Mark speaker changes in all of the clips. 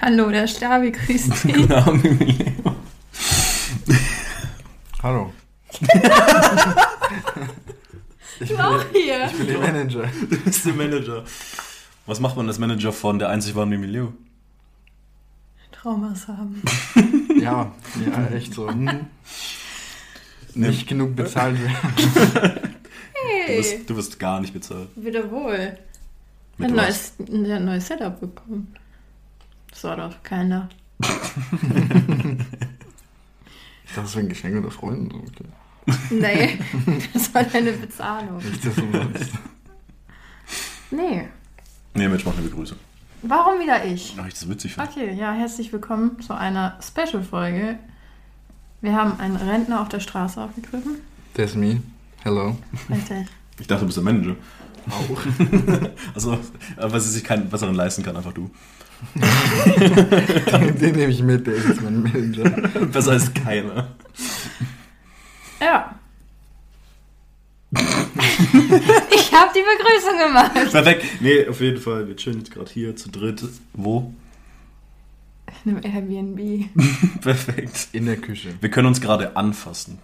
Speaker 1: Hallo, der Stabi, grüß dich.
Speaker 2: Guten Abend, Emilio.
Speaker 3: Hallo,
Speaker 1: Ich bin auch hier.
Speaker 3: ich bin der Manager.
Speaker 2: Du bist der Manager. Was macht man als Manager von der einzig wahren Emilio?
Speaker 1: Traumas haben.
Speaker 3: Ja, ja, echt so. Hm. Nicht genug bezahlt werden.
Speaker 2: Du
Speaker 1: Hey,
Speaker 2: wirst, du wirst gar nicht bezahlt.
Speaker 1: wieder wohl.
Speaker 2: Mit
Speaker 1: Ein
Speaker 2: was?
Speaker 1: neues, ein neues Setup bekommen. Das war doch keiner.
Speaker 3: Das ist ein Geschenk unter Freunden. so, Okay.
Speaker 1: Nee, das war deine Bezahlung.
Speaker 3: Nicht das umsonst.
Speaker 1: Nee,
Speaker 2: Nee, Mensch, mach eine Begrüßung.
Speaker 1: warum wieder ich?
Speaker 2: Ach, ich das witzig finde.
Speaker 1: Okay, ja, herzlich willkommen zu einer Special-Folge. Wir haben einen Rentner auf der Straße aufgegriffen.
Speaker 3: That's me. Hello.
Speaker 1: Richtig.
Speaker 2: Ich dachte, du bist der Manager.
Speaker 3: Auch.
Speaker 2: Also, weil sie sich keinen besseren leisten kann, einfach du.
Speaker 3: Den, den nehme ich mit, der ist jetzt mein Manager.
Speaker 2: Besser als keiner.
Speaker 1: Ja. ich habe die Begrüßung gemacht.
Speaker 2: Perfekt. Nee, auf jeden Fall. Wir chillen jetzt gerade hier zu dritt. Wo?
Speaker 1: In einem Airbnb.
Speaker 2: Perfekt.
Speaker 3: In der Küche.
Speaker 2: Wir können uns gerade anfassen.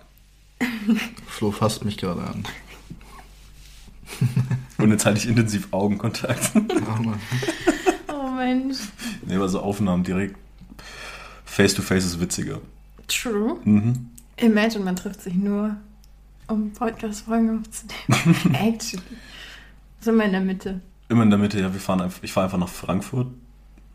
Speaker 3: Flo fasst mich gerade an.
Speaker 2: Und jetzt halte ich intensiv Augenkontakt.
Speaker 3: Oh Mann.
Speaker 1: Oh Mensch.
Speaker 2: Nee, aber so Aufnahmen direkt. Face to face ist witziger.
Speaker 1: True.
Speaker 2: Mhm.
Speaker 1: Imagine, man trifft sich nur, um Podcast-Folgen aufzunehmen. Actually. Sind wir in der Mitte.
Speaker 2: Immer in der Mitte, ja, wir fahren einfach, ich fahre einfach nach Frankfurt.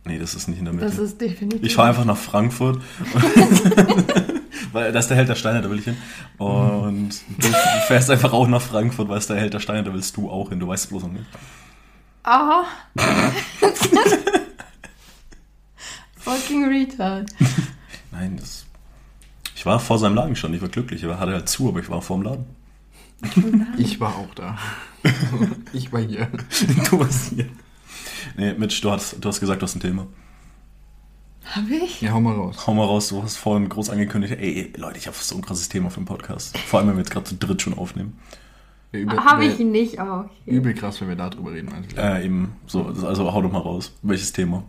Speaker 2: Nee, das ist nicht in der Mitte.
Speaker 1: Das ist definitiv.
Speaker 2: Ich fahre einfach nach Frankfurt. weil das ist der Held der Steine, da will ich hin. Und du fährst einfach auch nach Frankfurt, weil es der Held der Steine, da willst du auch hin. Du weißt es bloß noch nicht.
Speaker 1: Aha. Fucking retard.
Speaker 2: Nein, das. Ich war vor seinem Laden schon, ich war glücklich. Er hatte halt zu, aber ich war vor dem Laden.
Speaker 3: Ich war auch da. Ich war hier.
Speaker 2: du warst hier. Nee, Mitch, du hast, du hast gesagt, du hast ein Thema.
Speaker 1: Hab ich?
Speaker 3: Ja, hau mal raus.
Speaker 2: Hau mal raus, du hast vorhin groß angekündigt, ey, Leute, ich habe so ein krasses Thema für den Podcast. Vor allem, wenn wir jetzt gerade zu dritt schon aufnehmen.
Speaker 3: Wär Übel,
Speaker 1: Habe
Speaker 3: wär
Speaker 1: ich nicht, aber okay.
Speaker 3: Übel krass, wenn wir da drüber reden. Also.
Speaker 2: Äh, eben, so, also hau doch mal raus. Welches Thema?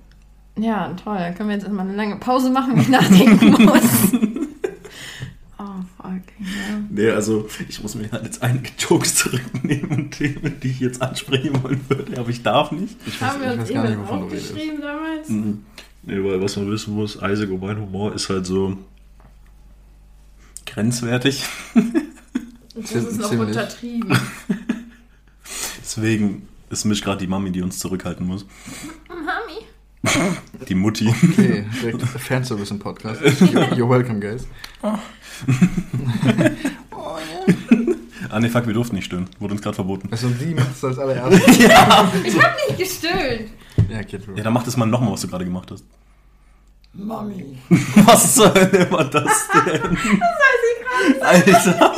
Speaker 1: Ja, toll. Dann können wir jetzt erstmal eine lange Pause machen, wenn ich nachdenken muss. oh, fucking hell.
Speaker 2: Nee, also ich muss mir halt jetzt einige Jokes zurücknehmen und Themen, die ich jetzt ansprechen wollen würde, aber ich darf nicht.
Speaker 3: Ich weiß,
Speaker 1: Haben wir
Speaker 3: ich
Speaker 1: uns
Speaker 3: weiß gar nicht,
Speaker 1: eben
Speaker 3: wovon du redest. Hm.
Speaker 1: aufgeschrieben damals?
Speaker 2: Mhm. Nee, weil was man wissen muss, Isaac und mein Humor ist halt so grenzwertig.
Speaker 1: Das
Speaker 3: Ziem-
Speaker 1: ist noch
Speaker 3: ziemlich.
Speaker 1: untertrieben.
Speaker 2: Deswegen ist mich gerade die Mami, die uns zurückhalten muss.
Speaker 1: Mami.
Speaker 2: Die Mutti.
Speaker 3: Okay, direkt Fanservice im Podcast. You're, you're welcome, guys.
Speaker 2: Ah nee, fuck, wir durften nicht stören. Wurde uns gerade verboten.
Speaker 3: Also die macht es als allererstes.
Speaker 1: Ich hab nicht gestöhnt.
Speaker 3: Ja, Kid
Speaker 2: Ja, dann mach das mal nochmal, was du gerade gemacht hast.
Speaker 3: Mami.
Speaker 2: Was zur Hölle war das denn? Alter!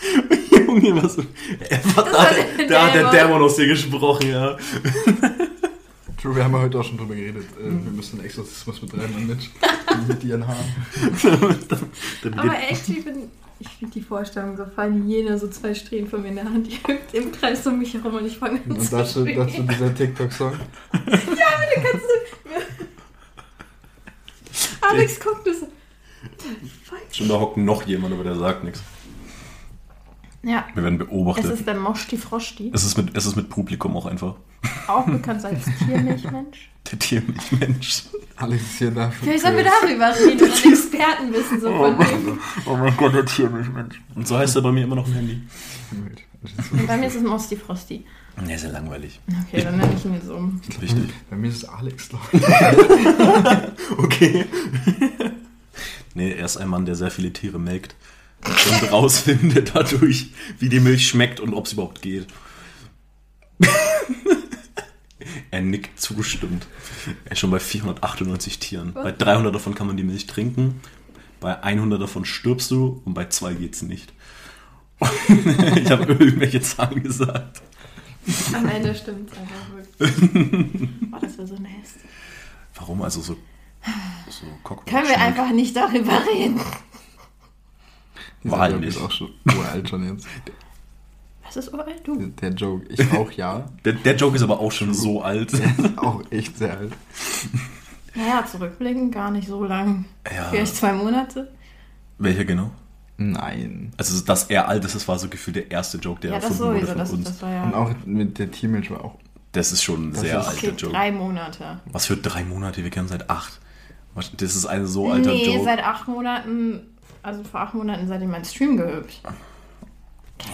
Speaker 2: Junge, was. Verdammt,
Speaker 1: war
Speaker 2: da,
Speaker 1: der
Speaker 2: da hat der
Speaker 1: Dämon.
Speaker 2: Dämon aus dir gesprochen, ja.
Speaker 3: True, wir haben ja heute auch schon drüber geredet. Äh,
Speaker 1: Mhm.
Speaker 3: wir müssen einen Exorzismus betreiben an Mitch. mit ihren Haaren.
Speaker 1: Aber echt, ich bin. Ich finde die Vorstellung so fallen jener so zwei Strähnen von mir in der Hand, die hüpft im Kreis um mich herum und ich fange an
Speaker 3: Und
Speaker 1: zu
Speaker 3: dazu,
Speaker 1: springen.
Speaker 3: dazu dieser TikTok-Song.
Speaker 1: Alex guckt das.
Speaker 2: Schon da hockt noch jemand, aber der sagt nichts.
Speaker 1: Ja,
Speaker 2: Wir werden
Speaker 1: es
Speaker 2: beobachtet.
Speaker 1: ist der Moschti Froschti,
Speaker 2: Es ist, mit, es ist mit Publikum auch einfach.
Speaker 1: auch bekannt als Tiermilchmensch.
Speaker 2: Der Tiermilchmensch.
Speaker 3: Alex ist hier dafür.
Speaker 1: Vielleicht sollen wir darüber reden und ein Expertenwissen so von dem.
Speaker 2: Oh mein Gott, der Tiermilchmensch. Und so heißt er bei mir immer noch im Handy.
Speaker 1: Und bei mir ist es Mosti Frosti.
Speaker 2: Nee, sehr langweilig.
Speaker 1: Okay, dann nenne ich ihn jetzt um.
Speaker 2: Wichtig.
Speaker 3: Bei mir ist es Alex, glaube ich.
Speaker 2: Okay. nee, er ist ein Mann, der sehr viele Tiere melkt. Und rausfindet dadurch, wie die Milch schmeckt und ob es überhaupt geht. er nickt zugestimmt. Er ist schon bei 498 Tieren. Bei 300 davon kann man die Milch trinken. Bei 100 davon stirbst du und bei 2 geht's nicht. ich habe irgendwelche Zahlen gesagt.
Speaker 1: Am Ende stimmt's einfach wirklich. Oh, das wäre so nice.
Speaker 2: Warum also so, so Cockroach
Speaker 1: Können wir
Speaker 2: schmeckt?
Speaker 1: einfach nicht darüber reden?
Speaker 3: Dieser
Speaker 2: Wahl
Speaker 3: Joke
Speaker 2: nicht.
Speaker 3: ist auch schon uralt schon jetzt.
Speaker 1: Das ist uralt, du.
Speaker 3: Der Joke, ich auch ja.
Speaker 2: Der, der Joke ist aber auch schon so alt.
Speaker 3: Der ist auch echt sehr alt.
Speaker 1: Naja, zurückblicken gar nicht so lang.
Speaker 2: Ja.
Speaker 1: Vielleicht zwei Monate.
Speaker 2: Welcher genau?
Speaker 3: Nein.
Speaker 2: Also, dass er alt ist, das war so gefühlt der erste Joke, der
Speaker 1: Ja, das
Speaker 2: erfunden wurde
Speaker 1: sowieso.
Speaker 2: von
Speaker 1: Das,
Speaker 2: uns.
Speaker 1: das war ja.
Speaker 3: Und auch mit der Teammage war auch.
Speaker 2: das ist schon ein
Speaker 3: Das
Speaker 2: sehr
Speaker 3: ist-
Speaker 2: alter
Speaker 1: okay,
Speaker 2: Joke.
Speaker 1: drei Monate.
Speaker 2: Was für drei Monate? Wir kennen seit acht. Was- Das ist ein so alter
Speaker 1: nee,
Speaker 2: Joke.
Speaker 1: seit acht Monaten, also vor acht Monaten seid ihr meinen Stream gehüpft.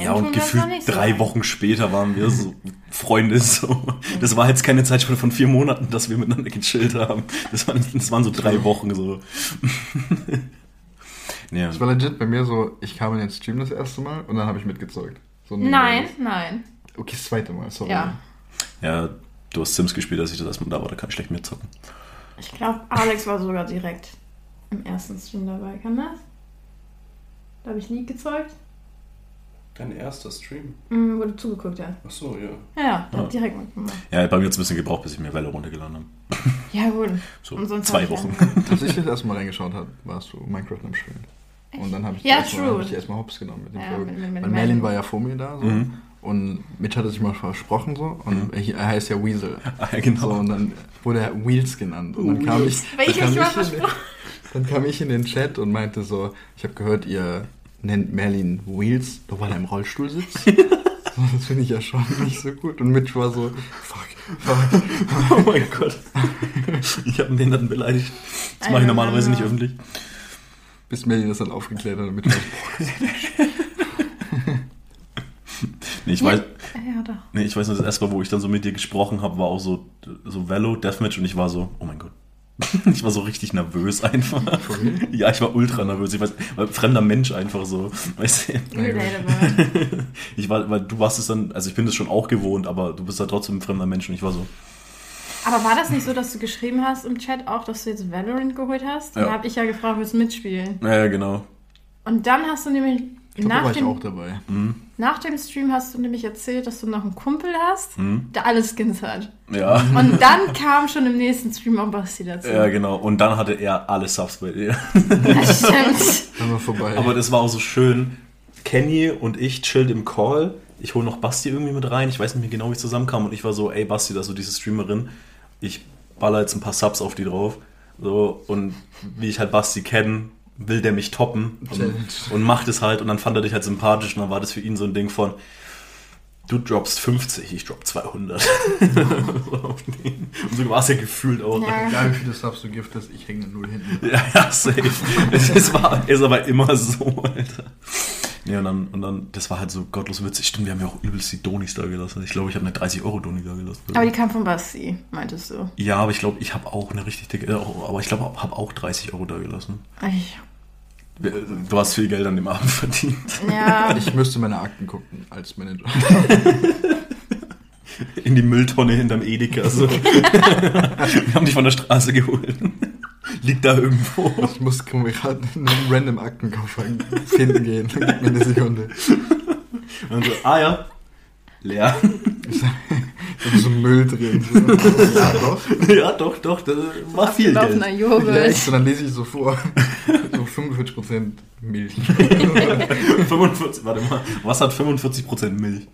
Speaker 2: ja,
Speaker 1: Kennt man das
Speaker 2: und
Speaker 1: noch
Speaker 2: gefühlt
Speaker 1: nicht so
Speaker 2: drei
Speaker 1: lange.
Speaker 2: Wochen später waren wir so Freunde. So. Das war jetzt keine Zeitspanne von vier Monaten, dass wir miteinander gechillt haben. Das waren, das waren so drei Wochen so. ja.
Speaker 3: Das war legit bei mir so, ich kam in den Stream das erste Mal und dann habe ich mitgezeugt. So ein-
Speaker 1: Nein, nein.
Speaker 3: Okay, das zweite Mal, sorry.
Speaker 1: Ja.
Speaker 2: ja, du hast Sims gespielt, als ich das erstmal da war, da kann ich schlecht mitzocken.
Speaker 1: Ich glaube, Alex war sogar direkt im ersten Stream dabei. Kann das? Da habe ich League gezeugt.
Speaker 4: Dein erster Stream.
Speaker 1: Mhm, wurde zugeguckt, ja.
Speaker 4: Achso, ja.
Speaker 1: Ja, ja, da
Speaker 2: Ja.
Speaker 1: hat direkt mitgemacht.
Speaker 2: Ja, bei mir hat es ein bisschen gebraucht, bis ich mir Welle runtergeladen habe.
Speaker 1: Ja, gut.
Speaker 2: So
Speaker 1: Und sonst
Speaker 2: zwei
Speaker 1: hab ich
Speaker 2: Wochen.
Speaker 1: ja-
Speaker 3: Als ich das erste Mal reingeschaut habe, warst du Minecraft am Spielen. Und dann habe ich, die
Speaker 1: Ja,
Speaker 3: erstmal-
Speaker 1: true.
Speaker 3: hab ich die erstmal hops genommen mit den
Speaker 1: Ja,
Speaker 3: Folgen.
Speaker 1: mit- mit- mit
Speaker 3: Weil
Speaker 1: Merlin.
Speaker 3: Merlin war ja vor mir da so.
Speaker 2: Mhm.
Speaker 3: Und Mitch hatte sich mal versprochen so. Und er- er heißt ja Weasel.
Speaker 2: Ah, ja, genau. Oh,
Speaker 3: So, und dann wurde er Wheels genannt. Und dann kam ich,
Speaker 1: Weil ich
Speaker 3: dann,
Speaker 1: mich mal
Speaker 3: kam ich in, den-
Speaker 1: versprochen
Speaker 3: dann kam ich in den Chat und meinte so, ich habe gehört, ihr nennt Merlin Wheels, doch weil er im Rollstuhl sitzt. So, Das finde ich ja schon nicht so gut. Und Mitch war so, fuck, fuck.
Speaker 2: Oh mein Gott. Ich habe einen Behinderten beleidigt. Das mache ich normalerweise nicht öffentlich.
Speaker 3: Bis Merlin das dann aufgeklärt hat. Und Mitch war so,
Speaker 2: Nee, ich,
Speaker 1: Ja.
Speaker 2: weiß,
Speaker 1: Ja, doch.
Speaker 2: nee, ich weiß nur, das erste Mal, wo ich dann so mit dir gesprochen habe, war auch so, so Velo, Deathmatch und ich war so, oh mein Gott. Ich war so richtig nervös einfach. Ja, ich war ultra nervös. Ich weiß, weil fremder Mensch einfach so. Weißt du?
Speaker 1: Relatable.
Speaker 2: Ich war, weil du warst es dann, also ich bin das schon auch gewohnt, aber du bist da trotzdem ein fremder Mensch und ich war so,
Speaker 1: Aber war das nicht so, dass du geschrieben hast im Chat auch, dass du jetzt Valorant geholt hast? Dann
Speaker 2: Ja.
Speaker 1: habe ich ja gefragt, willst du mitspielen?
Speaker 2: naja, genau.
Speaker 1: Und dann hast du nämlich
Speaker 3: ich glaub, da
Speaker 1: nach,
Speaker 3: war ich
Speaker 1: dem,
Speaker 3: auch dabei.
Speaker 2: Mhm.
Speaker 1: nach dem Stream hast du nämlich erzählt, dass du noch einen Kumpel hast,
Speaker 3: Mhm.
Speaker 2: Hm?
Speaker 1: der alle Skins hat.
Speaker 2: Ja.
Speaker 1: Und dann kam schon im nächsten Stream auch Basti dazu.
Speaker 2: Ja, genau. Und dann hatte er alle Subs bei dir.
Speaker 3: genau.
Speaker 1: Das stimmt.
Speaker 3: Dann war vorbei.
Speaker 2: Aber das war auch so schön. Kenny und ich chillt im Call. Ich hole noch Basti irgendwie mit rein. Ich weiß nicht mehr genau, wie es zusammenkam. Und ich war so, ey Basti, das ist so diese Streamerin. Ich baller jetzt ein paar Subs auf die drauf. So, und wie ich halt Basti kenne, will der mich toppen
Speaker 3: Challenge.
Speaker 2: und, und macht es halt. Und dann fand er dich halt sympathisch. Und dann war das für ihn so ein Ding von, du droppst 50, ich drop 200. so auf den. Und so war es ja gefühlt auch.
Speaker 1: Ja.
Speaker 3: Egal wie viele Subs du giftest, ich hänge eine Null hinten.
Speaker 2: Ja, ja, safe. es ist, war, ist aber immer so, Alter. Nee, und dann, und dann, das war halt so gottlos witzig. Stimmt, wir haben ja auch übelst die Donis da gelassen. Ich glaube, ich habe eine 30-Euro-Doni da gelassen.
Speaker 1: Aber die kam von Basti, meintest du.
Speaker 2: ja, aber ich glaube, ich habe auch eine richtig dicke, äh, auch- aber ich glaube, ich habe auch 30 Euro da gelassen.
Speaker 1: Ich,
Speaker 2: Wir- äh, Du hast viel Geld an dem Abend verdient.
Speaker 1: ja,
Speaker 3: Ich müsste meine Akten gucken als Manager.
Speaker 2: In die Mülltonne hinterm Edeka. So. wir haben dich von der Straße geholt. Liegt da irgendwo.
Speaker 3: Ich muss gerade einen random Aktenkoffer finden gehen. Gib mir eine Sekunde.
Speaker 2: Und dann so, ah ja, leer.
Speaker 3: Da ist so Müll drin. So. Ja, doch.
Speaker 2: ja, doch, doch, das war viel Geld.
Speaker 1: abgelaufener
Speaker 3: Ja,
Speaker 1: Joghurt.
Speaker 3: echt, so, dann lese ich so vor. So 45% Milch.
Speaker 2: 45, warte mal, was hat 45% Milch?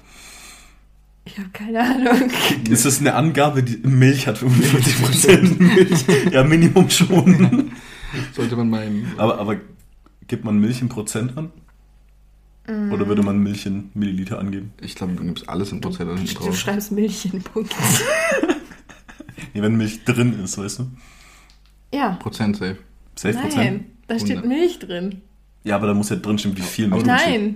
Speaker 1: Ich habe keine Ahnung.
Speaker 2: Ist das eine Angabe, die Milch hat 45% Milch? Ja, Minimum schon.
Speaker 3: Sollte man meinen.
Speaker 2: Aber, aber gibt man Milch in Prozent an?
Speaker 1: Mm.
Speaker 2: Oder würde man Milch in Milliliter angeben?
Speaker 3: Ich glaube, du gibst alles im Prozent an
Speaker 1: Du
Speaker 3: drauf.
Speaker 1: schreibst Milch in Punkt.
Speaker 2: Nee, wenn Milch drin ist, weißt du?
Speaker 1: Ja,
Speaker 3: Prozent safe.
Speaker 2: Safe Prozent?
Speaker 1: nein, da steht
Speaker 3: Wunder.
Speaker 1: Milch drin.
Speaker 2: Ja, aber da muss ja drin stehen, wie viel Milch. drin steht.
Speaker 1: Nein.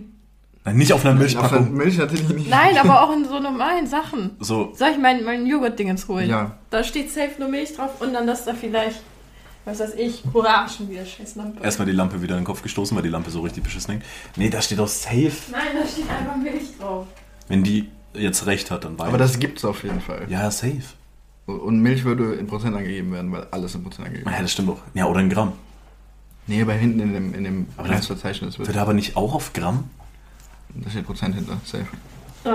Speaker 2: nein nicht auf einer
Speaker 3: Auf der
Speaker 2: Milchpackung.
Speaker 3: Milch natürlich nicht.
Speaker 1: Nein, aber auch in so normalen Sachen.
Speaker 2: So,
Speaker 1: Soll ich meinen mein Joghurt-Dingens holen?
Speaker 3: Ja.
Speaker 1: Da steht safe nur Milch drauf und dann, dass da vielleicht, was weiß ich, Courage schon wieder scheiß Lampe.
Speaker 2: erstmal die Lampe wieder in den Kopf gestoßen, weil die Lampe so richtig beschissen hängt. Nee, da steht auch safe.
Speaker 1: Nein, da steht einfach Milch drauf.
Speaker 2: Wenn die jetzt recht hat, dann weiß
Speaker 3: Aber das gibt's auf jeden Fall.
Speaker 2: Ja, safe.
Speaker 3: Und Milch würde in Prozent angegeben werden, weil alles in Prozent angegeben
Speaker 2: Ja,
Speaker 3: wird.
Speaker 2: das stimmt auch. Ja, oder ein Gramm.
Speaker 3: Nee, bei hinten in dem, in dem
Speaker 2: Aber das-
Speaker 3: Preisverzeichnis wird.
Speaker 2: Wird aber nicht auch auf Gramm?
Speaker 3: Da steht Prozent hinter. Safe.
Speaker 1: So.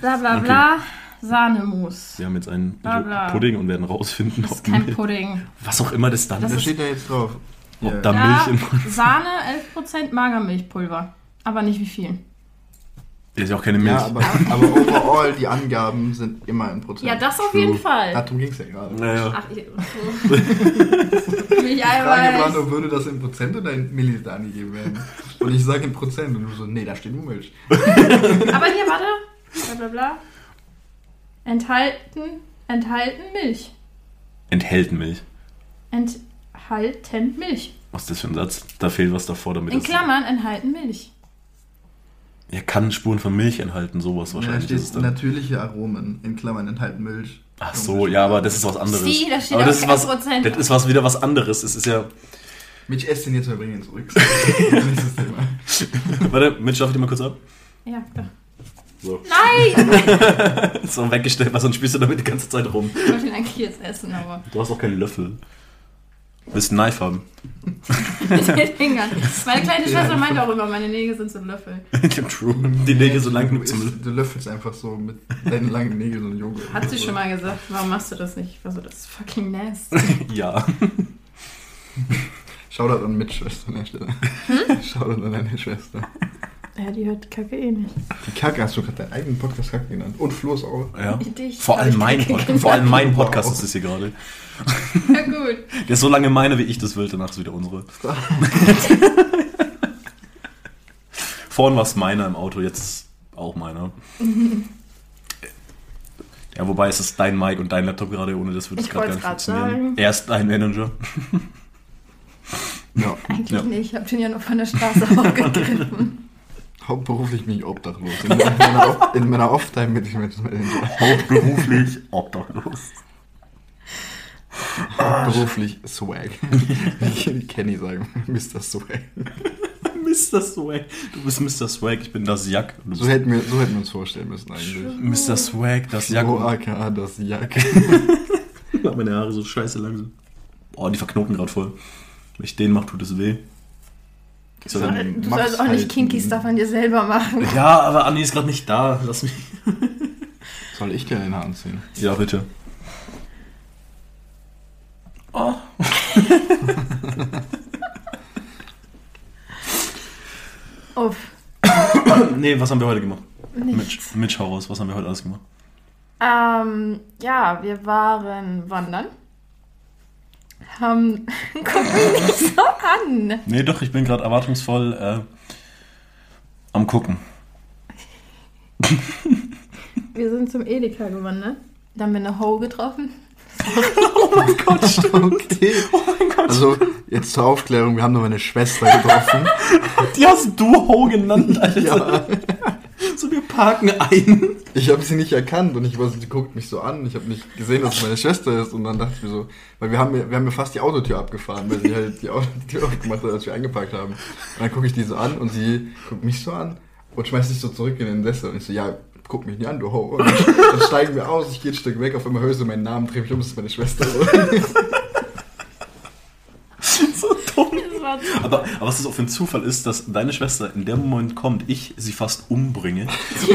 Speaker 1: Bla bla bla, Sahnemus.
Speaker 2: Wir haben jetzt einen
Speaker 1: Bla, bla.
Speaker 2: Pudding und werden rausfinden,
Speaker 1: Das
Speaker 2: ob
Speaker 1: ist kein
Speaker 2: Milch-
Speaker 1: Pudding.
Speaker 2: was auch immer das dann
Speaker 1: Das
Speaker 3: Da
Speaker 2: ist,
Speaker 3: steht da jetzt drauf.
Speaker 2: ob
Speaker 3: Ja.
Speaker 2: da
Speaker 1: Ja,
Speaker 2: Milch in
Speaker 1: Sahne 11%, Magermilchpulver. Aber nicht wie viel.
Speaker 2: Der ist ja auch keine Milch.
Speaker 3: Ja, aber, aber overall, die Angaben sind immer in Prozent.
Speaker 1: Ja, das auf
Speaker 2: True.
Speaker 1: jeden Fall.
Speaker 3: Darum ging es ja gerade.
Speaker 2: naja.
Speaker 1: Ach, ich, Milch,
Speaker 3: Die Frage war
Speaker 1: Eiweiß.
Speaker 3: nur, würde das in Prozent oder in Milliliter angegeben werden? Und ich sage in Prozent und du so, nee, da steht nur Milch.
Speaker 1: Aber hier, warte. Bla, bla, bla. Enthalten, enthalten Milch.
Speaker 2: Enthält Milch.
Speaker 1: Enthalten Milch.
Speaker 2: Was ist das für ein Satz? Da fehlt was davor, damit
Speaker 1: In
Speaker 2: das-
Speaker 1: Klammern enthalten Milch.
Speaker 2: Er kann Spuren von Milch enthalten, sowas wahrscheinlich.
Speaker 3: da
Speaker 2: ist es
Speaker 3: steht
Speaker 2: dann.
Speaker 3: natürliche Aromen, in Klammern enthalten Milch.
Speaker 2: Ach so, ja, aber das ist was anderes.
Speaker 1: Sie, da steht
Speaker 2: aber
Speaker 1: auch
Speaker 2: das ist was,
Speaker 1: Prozent.
Speaker 2: das ist was wieder was anderes. Es ist ja,
Speaker 3: Mich essen jetzt, wir bringen ihn zurück. Nächstes Thema.
Speaker 2: warte, Mitch, darf ich dir mal kurz ab?
Speaker 1: Ja, klar.
Speaker 2: So.
Speaker 1: Nein!
Speaker 2: So weggestellt, weil sonst spielst du damit die ganze Zeit rum.
Speaker 1: Ich wollte ihn eigentlich jetzt essen, aber
Speaker 2: Du hast auch keinen Löffel. Willst einen Knife haben?
Speaker 1: mit den Fingern. Meine kleine
Speaker 3: Ja,
Speaker 1: Schwester
Speaker 3: ich-
Speaker 1: meint auch immer, meine Nägel sind so ein Löffel.
Speaker 2: True. Die Nägel so lang
Speaker 3: du,
Speaker 2: genug zum
Speaker 3: isst- du löffelst einfach so mit deinen langen Nägeln und Joghurt.
Speaker 1: Hat sie schon mal gesagt, warum machst du das nicht? Ich war so, das ist fucking nasty.
Speaker 2: Ja.
Speaker 3: Shoutout an Mitch, an der Stelle.
Speaker 1: Hm?
Speaker 3: Shoutout an deine Schwester.
Speaker 1: Ja, die hört Kacke eh nicht.
Speaker 3: Die Kacke hast du gerade deinen eigenen Podcast Kacke genannt. Und Flo's auch.
Speaker 2: ja.
Speaker 1: Dich
Speaker 2: Vor allem
Speaker 1: hab ich
Speaker 2: mein
Speaker 1: Kacke
Speaker 2: Podcast. Vor allem mein Podcast
Speaker 3: Wow.
Speaker 2: ist es hier gerade.
Speaker 1: Ja, gut.
Speaker 2: Der ist so lange meine, wie ich das will, danach ist wieder unsere. Vorhin war es meiner im Auto, jetzt ist auch meiner. Ja, wobei es ist dein Mic und dein Laptop gerade, ohne das würde es
Speaker 1: Ich
Speaker 2: gerade gar nicht
Speaker 1: wollt's grad
Speaker 2: funktionieren.
Speaker 1: sagen.
Speaker 2: Er ist dein Manager.
Speaker 3: Ja.
Speaker 1: Eigentlich
Speaker 2: Ja.
Speaker 1: nicht, ich hab den ja noch von der Straße aufgegriffen.
Speaker 3: Hauptberuflich bin ich obdachlos. In meiner, Off- in meiner Off-Time bin ich mit
Speaker 2: Hauptberuflich obdachlos.
Speaker 3: hauptberuflich Swag. Wie Kenny sagen, Mr. Swag.
Speaker 2: Mr. Swag. Du bist Mr. Swag, ich bin das Jack. Du bist
Speaker 3: So hätten wir, so hätten wir uns vorstellen müssen eigentlich.
Speaker 2: Mr. Swag, das Jack.
Speaker 3: So aka das Jack.
Speaker 2: Meine Haare so scheiße lang sind. Boah, die verknoten gerade voll. Wenn ich den mache, tut es weh. Ich soll dann- halt
Speaker 1: Du
Speaker 3: Max
Speaker 1: sollst auch nicht
Speaker 3: halten.
Speaker 1: kinky Stuff an dir selber machen.
Speaker 2: ja, aber Anni ist gerade nicht da. Lass mich.
Speaker 3: Soll ich dir den Haaren ziehen?
Speaker 2: Ja, bitte. Oh.
Speaker 1: Uff,
Speaker 2: Nee, was haben wir heute gemacht?
Speaker 1: nichts.
Speaker 2: Mitch, Mitch, hau raus. Was haben wir heute alles gemacht?
Speaker 1: Ähm, ja, wir waren wandern. Haben. Guck mich nicht so an!
Speaker 2: Nee, doch, ich bin gerade erwartungsvoll äh, am Gucken.
Speaker 1: Wir sind zum Edeka gewandert. Da haben wir eine Ho getroffen.
Speaker 3: Okay. Also, jetzt zur Aufklärung, wir haben noch meine Schwester getroffen.
Speaker 2: Die hast du Ho genannt, Alter.
Speaker 3: Ja.
Speaker 2: So, wir parken ein.
Speaker 3: Ich habe sie nicht erkannt und ich war so, die guckt mich so an. Ich habe nicht gesehen, dass es meine Schwester ist. Und dann dachte ich mir so, weil wir haben mir, wir haben mir fast die Autotür abgefahren, weil sie halt die Autotür aufgemacht hat, als wir eingeparkt haben. Und dann gucke ich die so an und sie guckt mich so an und schmeißt sich so zurück in den Sessel. Und ich so, ja, guck mich nicht an, du Ho. Und dann, dann steigen wir aus, ich gehe ein Stück weg, auf einmal hörst du meinen Namen, dreh mich um, das ist meine Schwester.
Speaker 2: So dumm.
Speaker 1: Das war
Speaker 2: Aber, aber was das auch für ein Zufall ist, dass deine Schwester in dem Moment kommt, ich sie fast umbringe.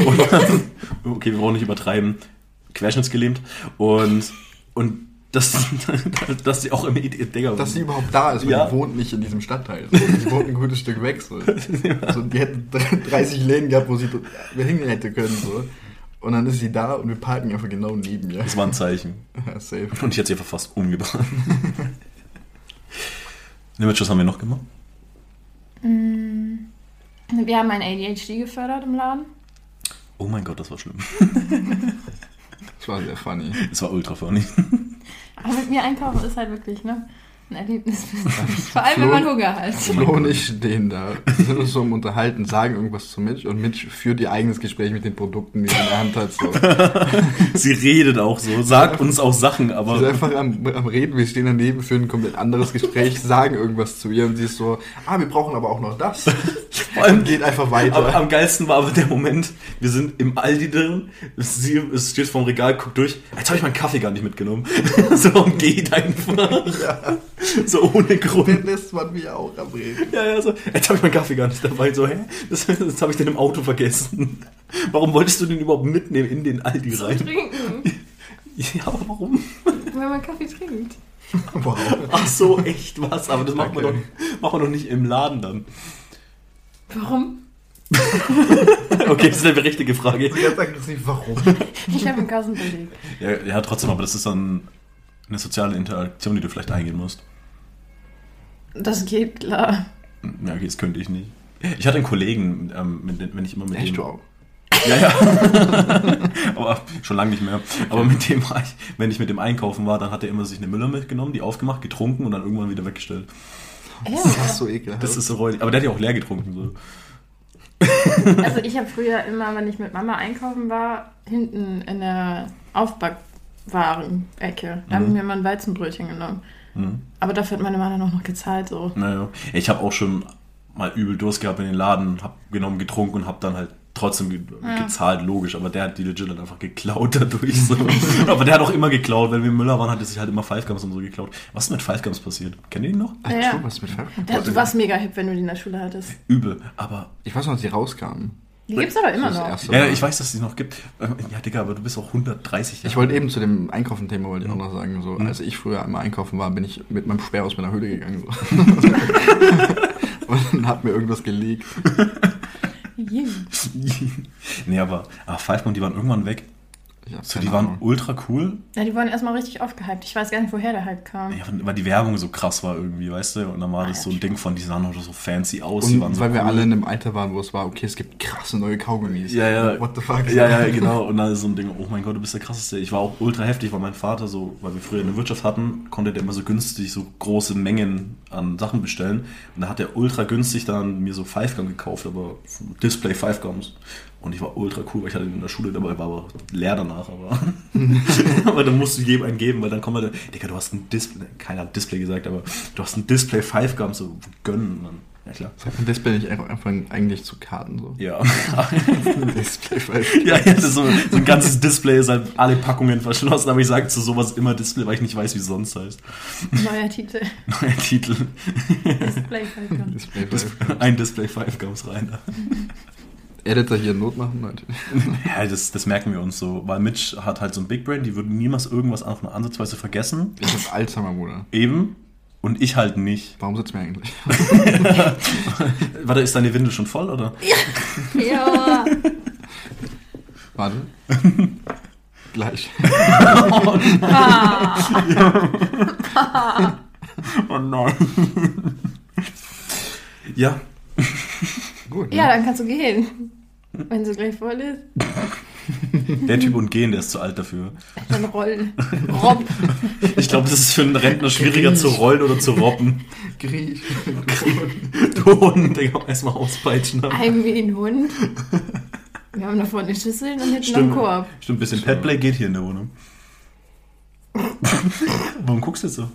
Speaker 2: Und dann, okay, wir brauchen nicht übertreiben. Querschnittsgelähmt. Und, und dass, dass sie auch im Digga
Speaker 3: Dass sie überhaupt da ist, weil
Speaker 2: Ja.
Speaker 3: die wohnt nicht in diesem Stadtteil. So, Sie wohnt ein gutes Stück weg. So. Also, die hätten 30 Läden gehabt, wo sie hingehen hätte können. So. Und dann ist sie da und wir parken einfach genau neben ihr.
Speaker 2: Das war ein Zeichen.
Speaker 3: Ja, safe.
Speaker 2: Und ich hätte sie einfach fast umgebracht. Ne, Mitch, was haben wir noch gemacht?
Speaker 1: Mm. Wir haben ein ADHD gefördert im Laden.
Speaker 2: Oh mein Gott, das war schlimm.
Speaker 3: Das war sehr funny.
Speaker 2: Das war ultra funny.
Speaker 1: Aber mit mir einkaufen ist halt wirklich, ne? Ein Erlebnis. Vor allem, wenn man Hunger hat.
Speaker 3: Flo und ich stehen da, sind uns so am Unterhalten, sagen irgendwas zu Mitch und Mitch führt ihr eigenes Gespräch mit den Produkten, die sie in der Hand hat. So. Sie
Speaker 2: Sie redet auch so, sagt uns auch Sachen, aber
Speaker 3: ist einfach am, am Reden, wir stehen daneben, führen ein komplett anderes Gespräch, sagen irgendwas zu ihr und sie ist so, ah, wir brauchen aber auch noch das.
Speaker 2: vor allem
Speaker 3: Und geht einfach weiter.
Speaker 2: Aber am geilsten war aber der Moment, wir sind im Aldi drin, sie es steht vorm Regal, guckt durch, jetzt habe ich meinen Kaffee gar nicht mitgenommen. so und geht einfach. So ohne
Speaker 3: Den
Speaker 2: Grund.
Speaker 3: lässt man mir auch am Reden.
Speaker 2: Ja, ja, so, jetzt habe ich meinen Kaffee gar nicht dabei. So, hä? Das, das habe ich denn im Auto vergessen. Warum wolltest du den überhaupt mitnehmen in den Aldi
Speaker 1: Zu
Speaker 2: rein?
Speaker 1: trinken,
Speaker 2: Ja, aber warum?
Speaker 1: wenn man Kaffee trinkt.
Speaker 3: Wow.
Speaker 2: Ach so, echt was? Aber das macht man,
Speaker 3: Okay.
Speaker 2: doch, macht man doch nicht im Laden dann.
Speaker 1: Warum?
Speaker 2: okay, das ist eine berechtigte Frage.
Speaker 3: Ich sag jetzt nicht, warum.
Speaker 5: Ich habe einen Kassen belegt.
Speaker 2: Ja, ja, trotzdem, aber das ist dann eine soziale Interaktion, die du vielleicht eingehen musst.
Speaker 5: Das geht klar.
Speaker 2: Ja, okay, das könnte ich nicht. Ich hatte einen Kollegen, ähm, mit, dem- wenn ich immer mit
Speaker 3: Echt,
Speaker 2: dem...
Speaker 3: du auch.
Speaker 2: Ja, ja. Aber schon lange nicht mehr. Aber mit dem war ich, wenn ich mit dem einkaufen war, dann hat er immer sich eine Müller mitgenommen, die aufgemacht, getrunken und dann irgendwann wieder weggestellt.
Speaker 3: Das
Speaker 5: Ja.
Speaker 3: ist so ekelhaft.
Speaker 2: Das ist so räudig. Aber der hat ja auch leer getrunken. So.
Speaker 1: Also ich habe früher immer, wenn ich mit Mama einkaufen war, hinten in der Aufbackwarenecke, da habe ich
Speaker 2: Mhm.
Speaker 1: mir immer ein Weizenbrötchen genommen.
Speaker 2: Mhm.
Speaker 1: Aber dafür hat meine Mama dann auch noch gezahlt so.
Speaker 2: Naja. Ich habe auch schon mal übel Durst gehabt in den Laden, hab genommen, getrunken und hab dann halt trotzdem ge gezahlt, logisch. Aber der hat die legit halt einfach geklaut dadurch. So. Aber der hat auch immer geklaut. Wenn wir im Müller waren, hat er sich halt immer Five Gums und so geklaut. Was ist mit Five Gums passiert? Kennt ihr ihn noch?
Speaker 3: Ach,
Speaker 1: Ja.
Speaker 3: du, was ist mit Pfeffer?
Speaker 2: oh
Speaker 1: Ja, du warst mega hip, wenn du die in der Schule hattest.
Speaker 2: Übel. Aber
Speaker 3: Ich weiß noch, als die rauskamen.
Speaker 1: Die gibt's aber immer
Speaker 3: Das
Speaker 1: noch.
Speaker 3: erste
Speaker 2: Ja,
Speaker 3: Mal.
Speaker 2: ich weiß, dass es die noch gibt. Ähm, Ja, Digga, aber du bist auch 130 Jahre
Speaker 3: Ich wollte eben zu dem Einkaufen-Thema wollte ich auch
Speaker 2: Mhm.
Speaker 3: noch sagen. So,
Speaker 2: Mhm.
Speaker 3: als ich früher einmal einkaufen war, bin ich mit meinem Speer aus meiner Höhle gegangen. So. Und hab mir irgendwas gelegt.
Speaker 1: Jing.
Speaker 2: nee, aber ah, Five Gum, die waren irgendwann weg.
Speaker 3: Ich hab
Speaker 2: So,
Speaker 3: keine
Speaker 2: die waren
Speaker 3: Ahnung.
Speaker 2: ultra cool,
Speaker 1: Ja, die wurden erstmal richtig aufgehypt. Ich weiß gar nicht, woher der Hype kam.
Speaker 2: ja, weil die Werbung so krass war irgendwie, weißt du? Und dann war das so ein Ding von, die sahen auch so fancy aus. die waren
Speaker 3: Und
Speaker 2: so
Speaker 3: weil wir
Speaker 2: cool.
Speaker 3: alle in einem Alter waren, wo es war, okay, es gibt krasse neue Kaugummis.
Speaker 2: Ja, ja.
Speaker 3: What the fuck?
Speaker 2: Ja, ja, genau. Und dann ist so ein Ding, oh mein Gott, du bist der Krasseste. Ich war auch ultra heftig, weil mein Vater so, weil wir früher eine Wirtschaft hatten, konnte der immer so günstig so große Mengen an Sachen bestellen. Und da hat er ultra günstig dann mir so Five Gum gekauft, aber Display Five Gums. Und ich war ultra cool, weil ich hatte ihn in der Schule dabei, war aber leer danach. Aber, aber dann musst du jedem einen geben, weil dann kommt man, Digga, du hast ein Display, keiner hat Display gesagt, aber du hast ein Display Five Gums, so gönnen. Und dann, ja, klar.
Speaker 3: Sagt man Display nicht einfach- einfach eigentlich zu Karten so?
Speaker 2: Ja.
Speaker 3: Display, weil
Speaker 2: Ja, ja das ist so, so ein ganzes Display ist halt alle Packungen verschlossen, aber ich sage zu sowas immer Display, weil ich nicht weiß, wie es sonst heißt.
Speaker 1: Neuer Titel.
Speaker 2: Neuer Titel.
Speaker 1: Display Falcon.
Speaker 3: Display,
Speaker 2: Dis-
Speaker 3: weil
Speaker 2: ein Display 5 gab's rein.
Speaker 3: Editor hier Not machen, Leute.
Speaker 2: Ja, das, das merken wir uns so, weil Mitch hat halt so ein Big Brain, die würden niemals irgendwas auch nur ansatzweise vergessen.
Speaker 3: Ich hab Alzheimer, Bruder.
Speaker 2: Eben. Und ich halt nicht.
Speaker 3: Warum sitzt mir eigentlich?
Speaker 2: Warte, ist deine Windel schon voll, oder?
Speaker 5: Ja.
Speaker 3: Warte. Gleich.
Speaker 1: Ah,
Speaker 2: Oh nein. Ja,
Speaker 3: Gut.
Speaker 1: ja,
Speaker 3: ne?
Speaker 1: dann kannst du gehen. Wenn sie gleich voll ist,
Speaker 2: der Typ und gehen, der ist zu alt dafür.
Speaker 1: dann rollen. Rob.
Speaker 2: Ich glaube, das ist für einen Rentner schwieriger zu rollen oder zu robben.
Speaker 3: Griech.
Speaker 2: Ton, Digga, erstmal auspeitschen.
Speaker 1: Heim wie ein Hund. Wir haben da vorne Schüsseln und hinten noch einen
Speaker 2: Stimmt.
Speaker 1: Korb.
Speaker 2: Stimmt, ein bisschen Petplay geht hier in der Wohnung. Warum guckst du jetzt so?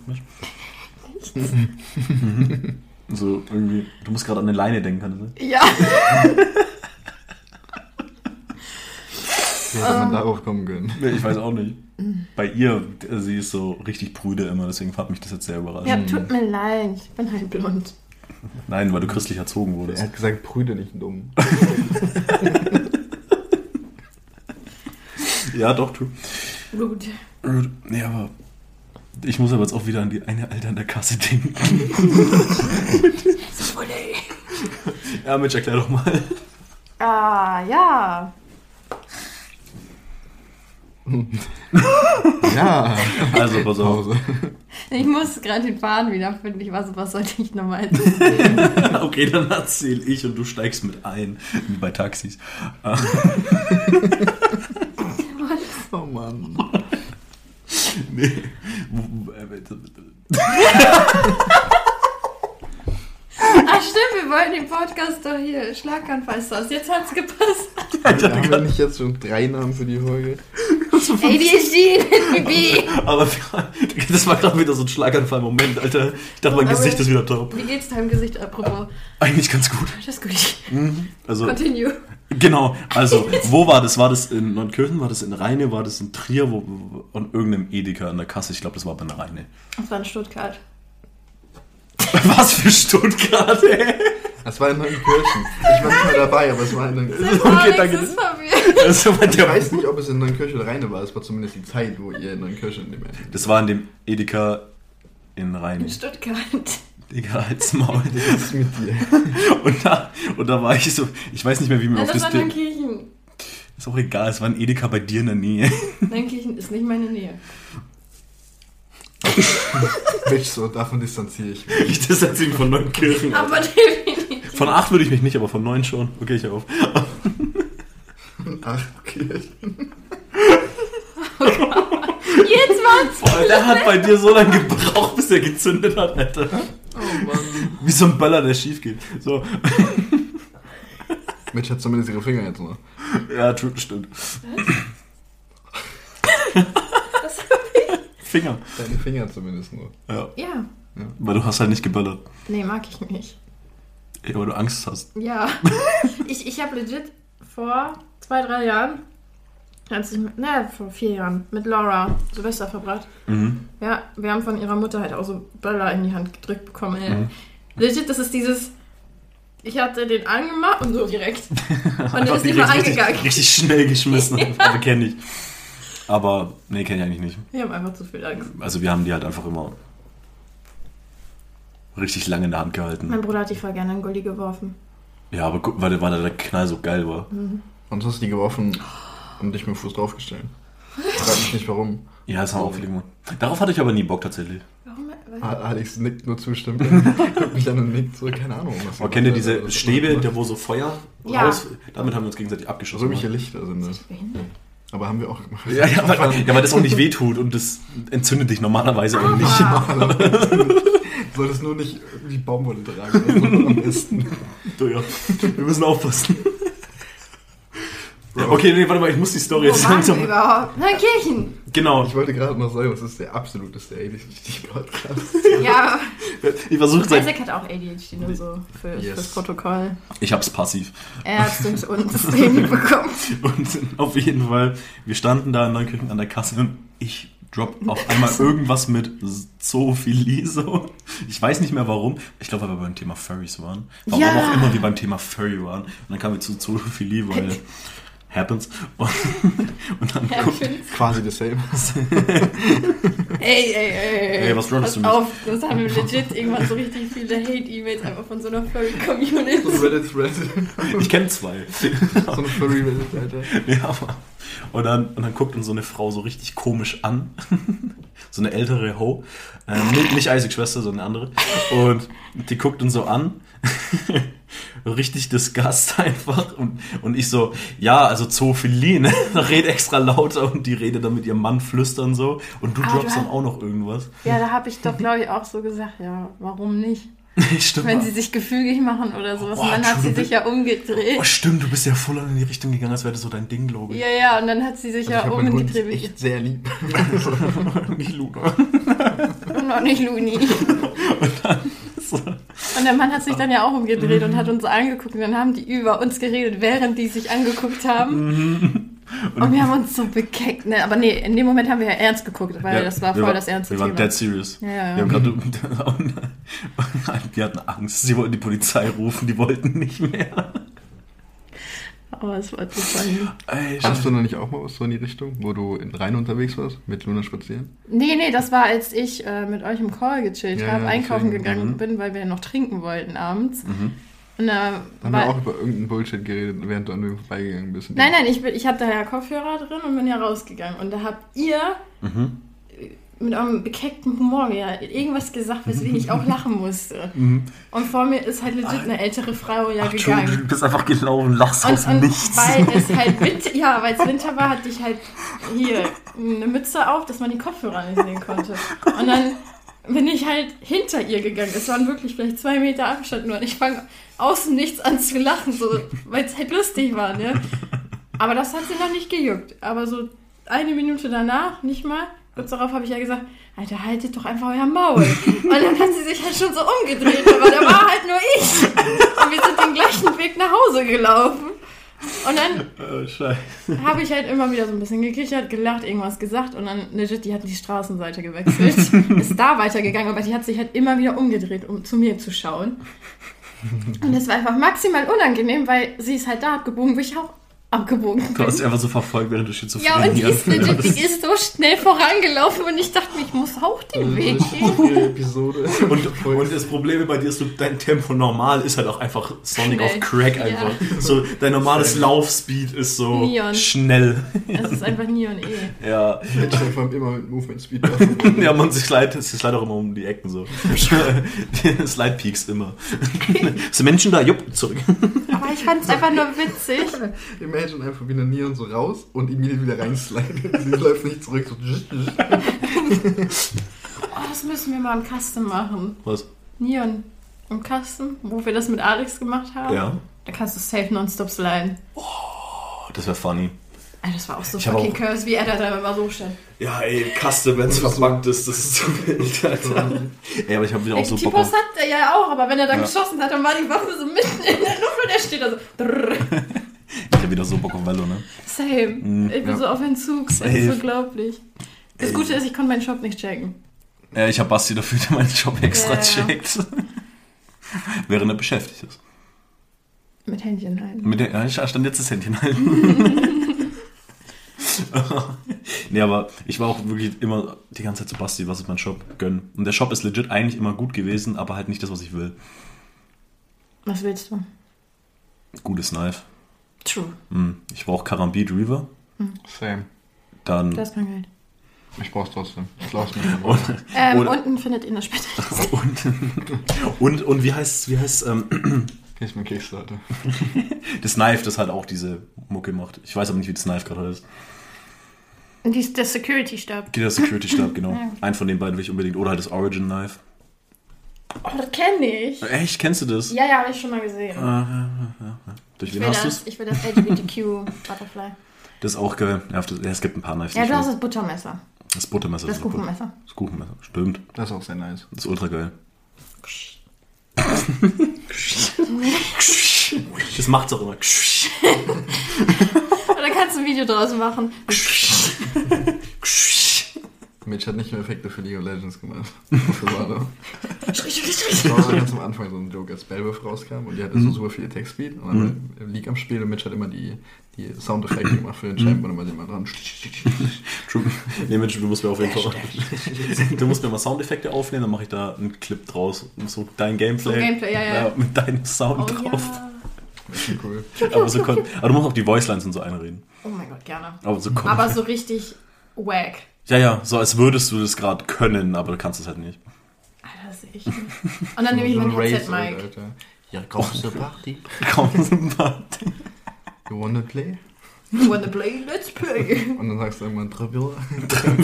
Speaker 2: Mhm. so irgendwie, du musst gerade an eine Leine denken, kann das sein?
Speaker 1: Ja.
Speaker 3: Wie hätte man darauf kommen können?
Speaker 2: Nee, ich weiß auch nicht. Bei ihr, äh, sie ist so richtig prüde immer, deswegen hat mich das jetzt sehr überrascht.
Speaker 1: Ja, tut mir leid. Ich bin halt blond.
Speaker 2: Nein, weil du christlich erzogen wurdest.
Speaker 3: Er hat gesagt, Brüder nicht dumm.
Speaker 2: Ja, doch, true.
Speaker 1: Gut.
Speaker 2: Nee, aber ich muss aber jetzt auch wieder an die eine Alte an der Kasse denken. ja, Mensch, erklär doch mal.
Speaker 1: Ah, ja.
Speaker 3: Ja.
Speaker 2: Also, pass auf.
Speaker 3: Pause.
Speaker 1: Ich muss gerade den Faden wiederfinden. Ich weiß, was sollte ich nochmal
Speaker 2: Okay, dann erzähle ich und du steigst mit ein, wie bei Taxis.
Speaker 3: Oh Mann.
Speaker 2: Nee. Wo- wo- äh,
Speaker 1: Ach stimmt, wir wollten den Podcast doch hier Schlaganfallstars. Jetzt hat's gepasst.
Speaker 3: Haben wir nicht jetzt schon drei Namen für die Folge?
Speaker 1: ADHD, NBB.
Speaker 2: Aber das war gerade wieder so ein Schlaganfall-Moment, Alter. Ich dachte, mein
Speaker 1: Aber-
Speaker 2: Gesicht ist wieder taub.
Speaker 1: Wie geht's deinem Gesicht apropos?
Speaker 2: Eigentlich ganz gut.
Speaker 1: Alles gut.
Speaker 2: Also,
Speaker 1: Continue.
Speaker 2: genau. Also, wo war das? War das in Neunkirchen? War das in Rheine? War das in Trier? Wo, wo, und irgendeinem Edeka an der Kasse? Ich glaube, das war bei der Rheine.
Speaker 1: Das war in Stuttgart.
Speaker 2: Was für Stuttgart, ey?
Speaker 3: Das war in Neunkirchen. Ich war nicht mal dabei, aber es war in Neunkirchen.
Speaker 2: Okay,
Speaker 1: Alex
Speaker 2: danke.
Speaker 1: ist verwirrt.
Speaker 2: Also,
Speaker 3: Ich weiß nicht, ob es in Neunkirchen oder Rheine war. Es war zumindest die Zeit, wo ihr in Neunkirchen in dem Ende.
Speaker 2: Das war in dem Edeka in Rheine.
Speaker 1: In Stuttgart.
Speaker 2: Digga, halt's Maul.
Speaker 3: Was ist mit dir?
Speaker 2: Und da, und da war ich so, ich weiß nicht mehr, wie mir
Speaker 5: Nein,
Speaker 2: auf
Speaker 5: das
Speaker 2: das
Speaker 5: war
Speaker 2: Bild.
Speaker 5: Neunkirchen.
Speaker 2: Ist auch egal, es war ein Edeka bei dir in der Nähe.
Speaker 5: Neunkirchen ist nicht meine Nähe.
Speaker 3: Bitch, so, davon distanziere ich mich.
Speaker 2: Ich distanziere mich von neun Kirchen. ab.
Speaker 5: Aber definitiv.
Speaker 2: Von acht würde ich mich nicht, aber von neun schon. Okay, ich hör auf.
Speaker 3: Ach, okay.
Speaker 5: Jetzt war's.
Speaker 2: Boah, der Oh, hat bei dir so lange gebraucht, bis er gezündet hat, Alter.
Speaker 5: Oh Mann.
Speaker 2: Wie so ein Böller, der schief geht. So.
Speaker 3: Mitch hat zumindest ihre Finger jetzt noch.
Speaker 2: Ja, true, stimmt.
Speaker 5: Das
Speaker 2: Finger.
Speaker 3: Deine Finger zumindest nur.
Speaker 2: Ja.
Speaker 5: ja.
Speaker 2: Weil du hast halt nicht geböllert.
Speaker 5: Nee, mag ich nicht.
Speaker 2: Ey, weil du Angst hast.
Speaker 5: Ja. ich ich habe legit vor zwei, drei Jahren, als ich, mit- naja, vor vier Jahren, mit Laura Silvester verbracht.
Speaker 2: Mhm.
Speaker 5: Ja, wir haben von ihrer Mutter halt auch so Böller in die Hand gedrückt bekommen. Ey.
Speaker 2: Mhm.
Speaker 5: Legit, das ist dieses. Ich hatte den angemacht und so direkt. Und der
Speaker 2: Einfach
Speaker 5: ist nicht mal
Speaker 2: richtig,
Speaker 5: eingegangen.
Speaker 2: richtig, richtig schnell geschmissen. Also kenne ich. Aber, nee, kenne ich eigentlich nicht.
Speaker 5: Wir haben einfach zu viel Angst.
Speaker 2: Also wir haben die halt einfach immer richtig lange in der Hand gehalten.
Speaker 5: Mein Bruder hat die voll gerne in den Gully geworfen.
Speaker 2: Ja, aber guck, weil, weil der Knall so geil war.
Speaker 5: Mhm.
Speaker 3: Und hast du die geworfen und dich mit dem Fuß draufgestellt. Frag mich nicht warum.
Speaker 2: Ja, das haben auch viele gemacht. Darauf hatte ich aber nie Bock tatsächlich.
Speaker 5: Warum? Weil-
Speaker 3: A- Alex nickt nur zustimmend. Guckt mich an und nickt so, keine Ahnung. Was
Speaker 2: Aber kennt ihr
Speaker 3: Also,
Speaker 2: diese
Speaker 3: das-
Speaker 2: Stäbe, da wo so Feuer
Speaker 5: Ja.
Speaker 2: raus? Damit haben wir uns gegenseitig abgeschossen.
Speaker 3: So welche Lichter sind das.
Speaker 5: Behindert.
Speaker 3: Aber haben wir auch gemacht.
Speaker 2: ja, ja, weil, ja, weil das auch nicht wehtut und das entzündet dich normalerweise auch nicht.
Speaker 5: Ah,
Speaker 3: Solltest nur nicht irgendwie Baumwolle tragen. Das ist am besten.
Speaker 2: Du, ja. Wir müssen aufpassen. Ja, okay, nee, warte mal, ich muss die Story jetzt
Speaker 5: Wo waren wir
Speaker 2: langsam.
Speaker 5: überhaupt? Neunkirchen!
Speaker 2: Genau,
Speaker 3: Ich wollte gerade noch sagen, das ist der absolute ADHD-Podcast.
Speaker 5: Ja,
Speaker 2: ich versuche seit.
Speaker 5: Isaac hat auch ADHD nur so für,
Speaker 3: Yes.
Speaker 5: fürs Protokoll.
Speaker 2: Ich hab's passiv.
Speaker 5: Er hat es durch uns hinbekommen.
Speaker 2: Und auf jeden Fall, wir standen da in Neunkirchen an der Kasse und ich dropp auf einmal irgendwas mit Zoophiliso. Ich weiß nicht mehr warum. Ich glaube, weil wir beim Thema Furries waren. Warum
Speaker 5: Ja.
Speaker 2: auch immer wir beim Thema Furry waren. Und dann kamen wir zu Zoophilie, weil happens. Und, und dann guckt,
Speaker 3: Quasi dasselbe.
Speaker 1: Ey, ey, ey.
Speaker 2: ey, was droppst
Speaker 1: Pass
Speaker 2: du mit?
Speaker 1: auf, das haben wir legit irgendwann so richtig viele Hate-E-Mails einfach von so einer
Speaker 3: So
Speaker 1: Furry-Community.
Speaker 3: ein Reddit-Thread.
Speaker 2: Ich kenne zwei.
Speaker 3: So ein Furry-Reddit-Alter.
Speaker 2: Ja, aber. Und dann, und dann guckt uns so eine Frau so richtig komisch an. so eine ältere Ho. Ähm, nicht, nicht Isaacs Schwester, sondern eine andere. Und die guckt uns so an. richtig disgust einfach. Und, und ich so, ja, also Zoophilie, ne? Red extra lauter und die redet dann mit ihrem Mann flüstern so. Und du
Speaker 1: Ah,
Speaker 2: droppst
Speaker 1: du
Speaker 2: dann auch noch irgendwas.
Speaker 1: Ja, da habe ich doch, glaube ich, auch so gesagt, ja, warum nicht?
Speaker 2: Stimmt.
Speaker 1: Wenn sie sich gefügig machen oder sowas.
Speaker 2: Boah,
Speaker 1: und dann hat sie
Speaker 2: Entschuldigung.
Speaker 1: sich ja umgedreht.
Speaker 2: oh, stimmt, du bist ja voll in die Richtung gegangen, als wäre das so dein Ding, glaube ich.
Speaker 1: Ja, ja, und dann hat sie sich
Speaker 3: Also ich
Speaker 1: ja
Speaker 3: hab meinen Hund
Speaker 1: umgedreht.
Speaker 3: echt sehr lieb.
Speaker 2: Nicht Luna.
Speaker 1: Noch nicht Luni.
Speaker 2: So.
Speaker 1: Und der Mann hat sich dann ja auch umgedreht und hat uns angeguckt. Und dann haben die über uns geredet, während die sich angeguckt
Speaker 2: Mhm.
Speaker 1: haben. Und, wir haben uns so bekeckt. Ne? Aber nee, in dem Moment haben wir ja ernst geguckt, weil
Speaker 2: Ja,
Speaker 1: das war
Speaker 2: wir
Speaker 1: voll
Speaker 2: waren-
Speaker 1: das ernste
Speaker 2: Wir waren
Speaker 1: Thema.
Speaker 2: dead serious.
Speaker 1: Ja, ja, ja.
Speaker 2: Wir haben gerade. Wir hatten Angst. Sie wollten die Polizei rufen, die wollten nicht mehr.
Speaker 1: Aber Oh, es war zu funny.
Speaker 2: Ey,
Speaker 3: Hattest
Speaker 2: Scheiße.
Speaker 3: du noch nicht auch mal was so in die Richtung, wo du in Rhein unterwegs warst, mit Luna spazieren?
Speaker 1: Nee, nee, das war, als ich äh, mit euch im Call gechillt
Speaker 3: Ja,
Speaker 1: habe,
Speaker 3: ja,
Speaker 1: einkaufen
Speaker 3: deswegen.
Speaker 1: gegangen
Speaker 2: Mhm.
Speaker 1: bin, weil wir noch trinken wollten abends.
Speaker 2: Mhm.
Speaker 1: Und da
Speaker 3: Haben
Speaker 1: war,
Speaker 3: wir auch über irgendeinen Bullshit geredet, während du an mir vorbeigegangen bist.
Speaker 1: Nein, nein, ich, bin- ich hatte ja Kopfhörer drin und bin ja rausgegangen. Und da habt ihr
Speaker 2: Mhm.
Speaker 1: mit eurem bekeckten Humor ja irgendwas gesagt, weswegen ich auch lachen musste.
Speaker 2: Mhm. Ah.
Speaker 1: Und vor mir ist halt legit eine ältere Frau ja
Speaker 2: Ach, Entschuldigung,
Speaker 1: gegangen.
Speaker 2: du bist einfach gelaufen, lachst
Speaker 1: Und,
Speaker 2: aus
Speaker 1: und
Speaker 2: nichts.
Speaker 1: weil es halt Winter, ja, weil es Winter war, hatte ich halt hier eine Mütze auf, dass man die Kopfhörer nicht sehen konnte. Und dann bin ich halt hinter ihr gegangen. Es waren wirklich vielleicht zwei Meter Abstand nur. Und ich fange außen nichts an zu lachen, so, weil es halt lustig war, ne? Aber das hat sie noch nicht gejuckt. Aber so eine Minute danach, nicht mal, kurz darauf habe ich ja gesagt, Alter, haltet doch einfach euer Maul. Und dann hat sie sich halt schon so umgedreht, aber da war halt nur ich. Und wir sind den gleichen Weg nach Hause gelaufen. Und dann
Speaker 2: Äh, Scheiße.
Speaker 1: habe ich halt immer wieder so ein bisschen gekichert, gelacht, irgendwas gesagt und dann legit, die hat die Straßenseite gewechselt, ist da weitergegangen, aber die hat sich halt immer wieder umgedreht, um zu mir zu schauen. Und das war einfach maximal unangenehm, weil sie ist halt da abgebogen, wo ich auch abgebogen
Speaker 2: Du
Speaker 1: bin.
Speaker 2: hast dich einfach so verfolgt, während du schizophren
Speaker 1: Ja, und die ist,
Speaker 2: hier-
Speaker 1: legit, die ist so schnell vorangelaufen und ich dachte, mir, ich muss auch den Weg gehen.
Speaker 3: Jede Episode.
Speaker 2: Und, und das Problem bei dir ist, du, dein Tempo normal ist halt auch einfach Sonic
Speaker 1: Schnell.
Speaker 2: auf Crack
Speaker 1: Ja.
Speaker 2: einfach. So, dein normales Laufspeed ist so
Speaker 1: Neon.
Speaker 2: schnell.
Speaker 1: Das ist einfach Neon eh.
Speaker 2: Ja.
Speaker 3: ich bin vor allem immer mit Movement Speed laufen.
Speaker 2: Ja, man, sie slidet, sie slidet auch immer um die Ecken so. Die Slide Peaks immer. Sind Menschen da? Jupp, zurück.
Speaker 1: Aber ich fand es einfach nur witzig.
Speaker 3: Imagine einfach wie eine Neon so raus und Emily wieder reinslidet. Sie läuft nicht zurück. So.
Speaker 1: Oh, das müssen wir mal im Kasten machen.
Speaker 2: Was?
Speaker 1: Neon im Kasten, wo wir das mit Alex gemacht haben.
Speaker 2: Ja.
Speaker 1: Da kannst du safe nonstop sliden.
Speaker 2: Oh, das wäre funny.
Speaker 1: Ey, Das war auch so
Speaker 2: Ich hab
Speaker 1: fucking
Speaker 2: auch-
Speaker 1: curse, wie er da dann immer so stand.
Speaker 2: Ja, ey, Kaste, wenn es verbuggt ist, das ist zu wild, Alter. Ey, aber ich habe wieder auch
Speaker 1: Ey,
Speaker 2: so Bock
Speaker 1: Tipos
Speaker 2: auf...
Speaker 1: hat er ja auch, aber wenn er dann
Speaker 2: Ja.
Speaker 1: geschossen hat, dann war die Waffe so mitten in der Luft und er steht da so. drrrr.
Speaker 2: Ich hab wieder so Bock auf Velo, ne?
Speaker 1: Same. ich bin
Speaker 3: ja.
Speaker 1: so auf Entzug. Das ist
Speaker 2: Safe.
Speaker 1: unglaublich. Das
Speaker 2: Ey.
Speaker 1: Gute ist, ich konnte meinen Shop nicht checken.
Speaker 2: Äh, ich habe Basti dafür, der meinen Job extra
Speaker 1: Ja.
Speaker 2: checkt. Während er beschäftigt ist.
Speaker 1: Mit Händchen halten.
Speaker 2: Mit der, ja, ich stand jetzt das Händchen halten. nee, aber ich war auch wirklich immer die ganze Zeit so, Basti, was ist mein Shop? Gönn. Und der Shop ist legit eigentlich immer gut gewesen, aber halt nicht das, was ich will.
Speaker 1: Was willst du?
Speaker 2: Gutes Knife.
Speaker 1: True.
Speaker 2: Hm. Ich brauche Karambit Reaver,
Speaker 3: Same.
Speaker 2: dann...
Speaker 1: Das ist mein Geld.
Speaker 3: Ich brauch's trotzdem. Ich glaub's mir.
Speaker 2: Und,
Speaker 1: Ähm,
Speaker 2: Oder-
Speaker 1: unten findet ihr das später.
Speaker 2: und, und, und wie heißt wie heißt ähm,
Speaker 3: Hier ist mein Kickstarter.
Speaker 2: das Knife, das halt auch diese Mucke macht. Ich weiß aber nicht, wie das Knife gerade heißt.
Speaker 1: Die ist der Security-Stab.
Speaker 2: Geht der Security Stab, genau. Einen von den beiden will ich unbedingt. Oder halt das Origin Knife.
Speaker 1: Oh, das kenne ich.
Speaker 2: Echt, kennst du das?
Speaker 1: Ja, ja, habe ich schon mal gesehen.
Speaker 2: Äh, ja, ja, ja. Durch
Speaker 1: ich,
Speaker 2: wen
Speaker 1: will
Speaker 2: hast du
Speaker 1: das,
Speaker 2: es?
Speaker 1: ich will das LGBTQ-Butterfly.
Speaker 2: Das ist auch geil. Ja, auf das- ja, es gibt ein paar Knives. die
Speaker 1: Ja,
Speaker 2: ich
Speaker 1: du hast
Speaker 2: will.
Speaker 1: das Buttermesser.
Speaker 2: das Buttermesser.
Speaker 1: Das
Speaker 2: ist super.
Speaker 1: Kuchenmesser.
Speaker 2: Das Kuchenmesser. Stimmt.
Speaker 3: Das ist auch sehr nice.
Speaker 2: Das ist ultra geil. Das macht's auch immer.
Speaker 1: Und da kannst du ein Video draus machen.
Speaker 3: Mitch hat nicht mehr Effekte für League of Legends gemacht. Für Valo. Ich war so ganz am Anfang so ein Joke, als Bellwurf rauskam und die hatte so super viel Attack-Speed und dann war League am Spiel und Mitch hat immer die, die Soundeffekte gemacht für den Champ und immer den mal dran.
Speaker 2: True. Nee, Mensch, du musst mir auf jeden Fall. Du musst mir mal Soundeffekte aufnehmen, dann mache ich da einen Clip draus. So dein Gameplay.
Speaker 1: So Gameplay, ja, ja.
Speaker 2: mit deinem Sound
Speaker 1: Oh,
Speaker 2: drauf.
Speaker 1: ja.
Speaker 3: Das ist cool.
Speaker 2: Aber, so kon- aber du musst auch die Voicelines und so einreden.
Speaker 1: oh mein Gott, gerne.
Speaker 2: Aber so kon-
Speaker 1: Aber so richtig wack.
Speaker 2: Ja, ja, so als würdest du das gerade können, aber du kannst es halt nicht.
Speaker 1: Alter, das sehe ich nicht. Und dann nehme ich
Speaker 3: So
Speaker 1: mein
Speaker 3: ein Race,
Speaker 1: Headset-Mic.
Speaker 3: Alter. Ja, komm zur
Speaker 2: Oh.
Speaker 3: Party.
Speaker 2: Komm, Bart.
Speaker 3: You wanna play?
Speaker 1: You wanna play? Let's play.
Speaker 3: Und dann sagst du irgendwann Tribula.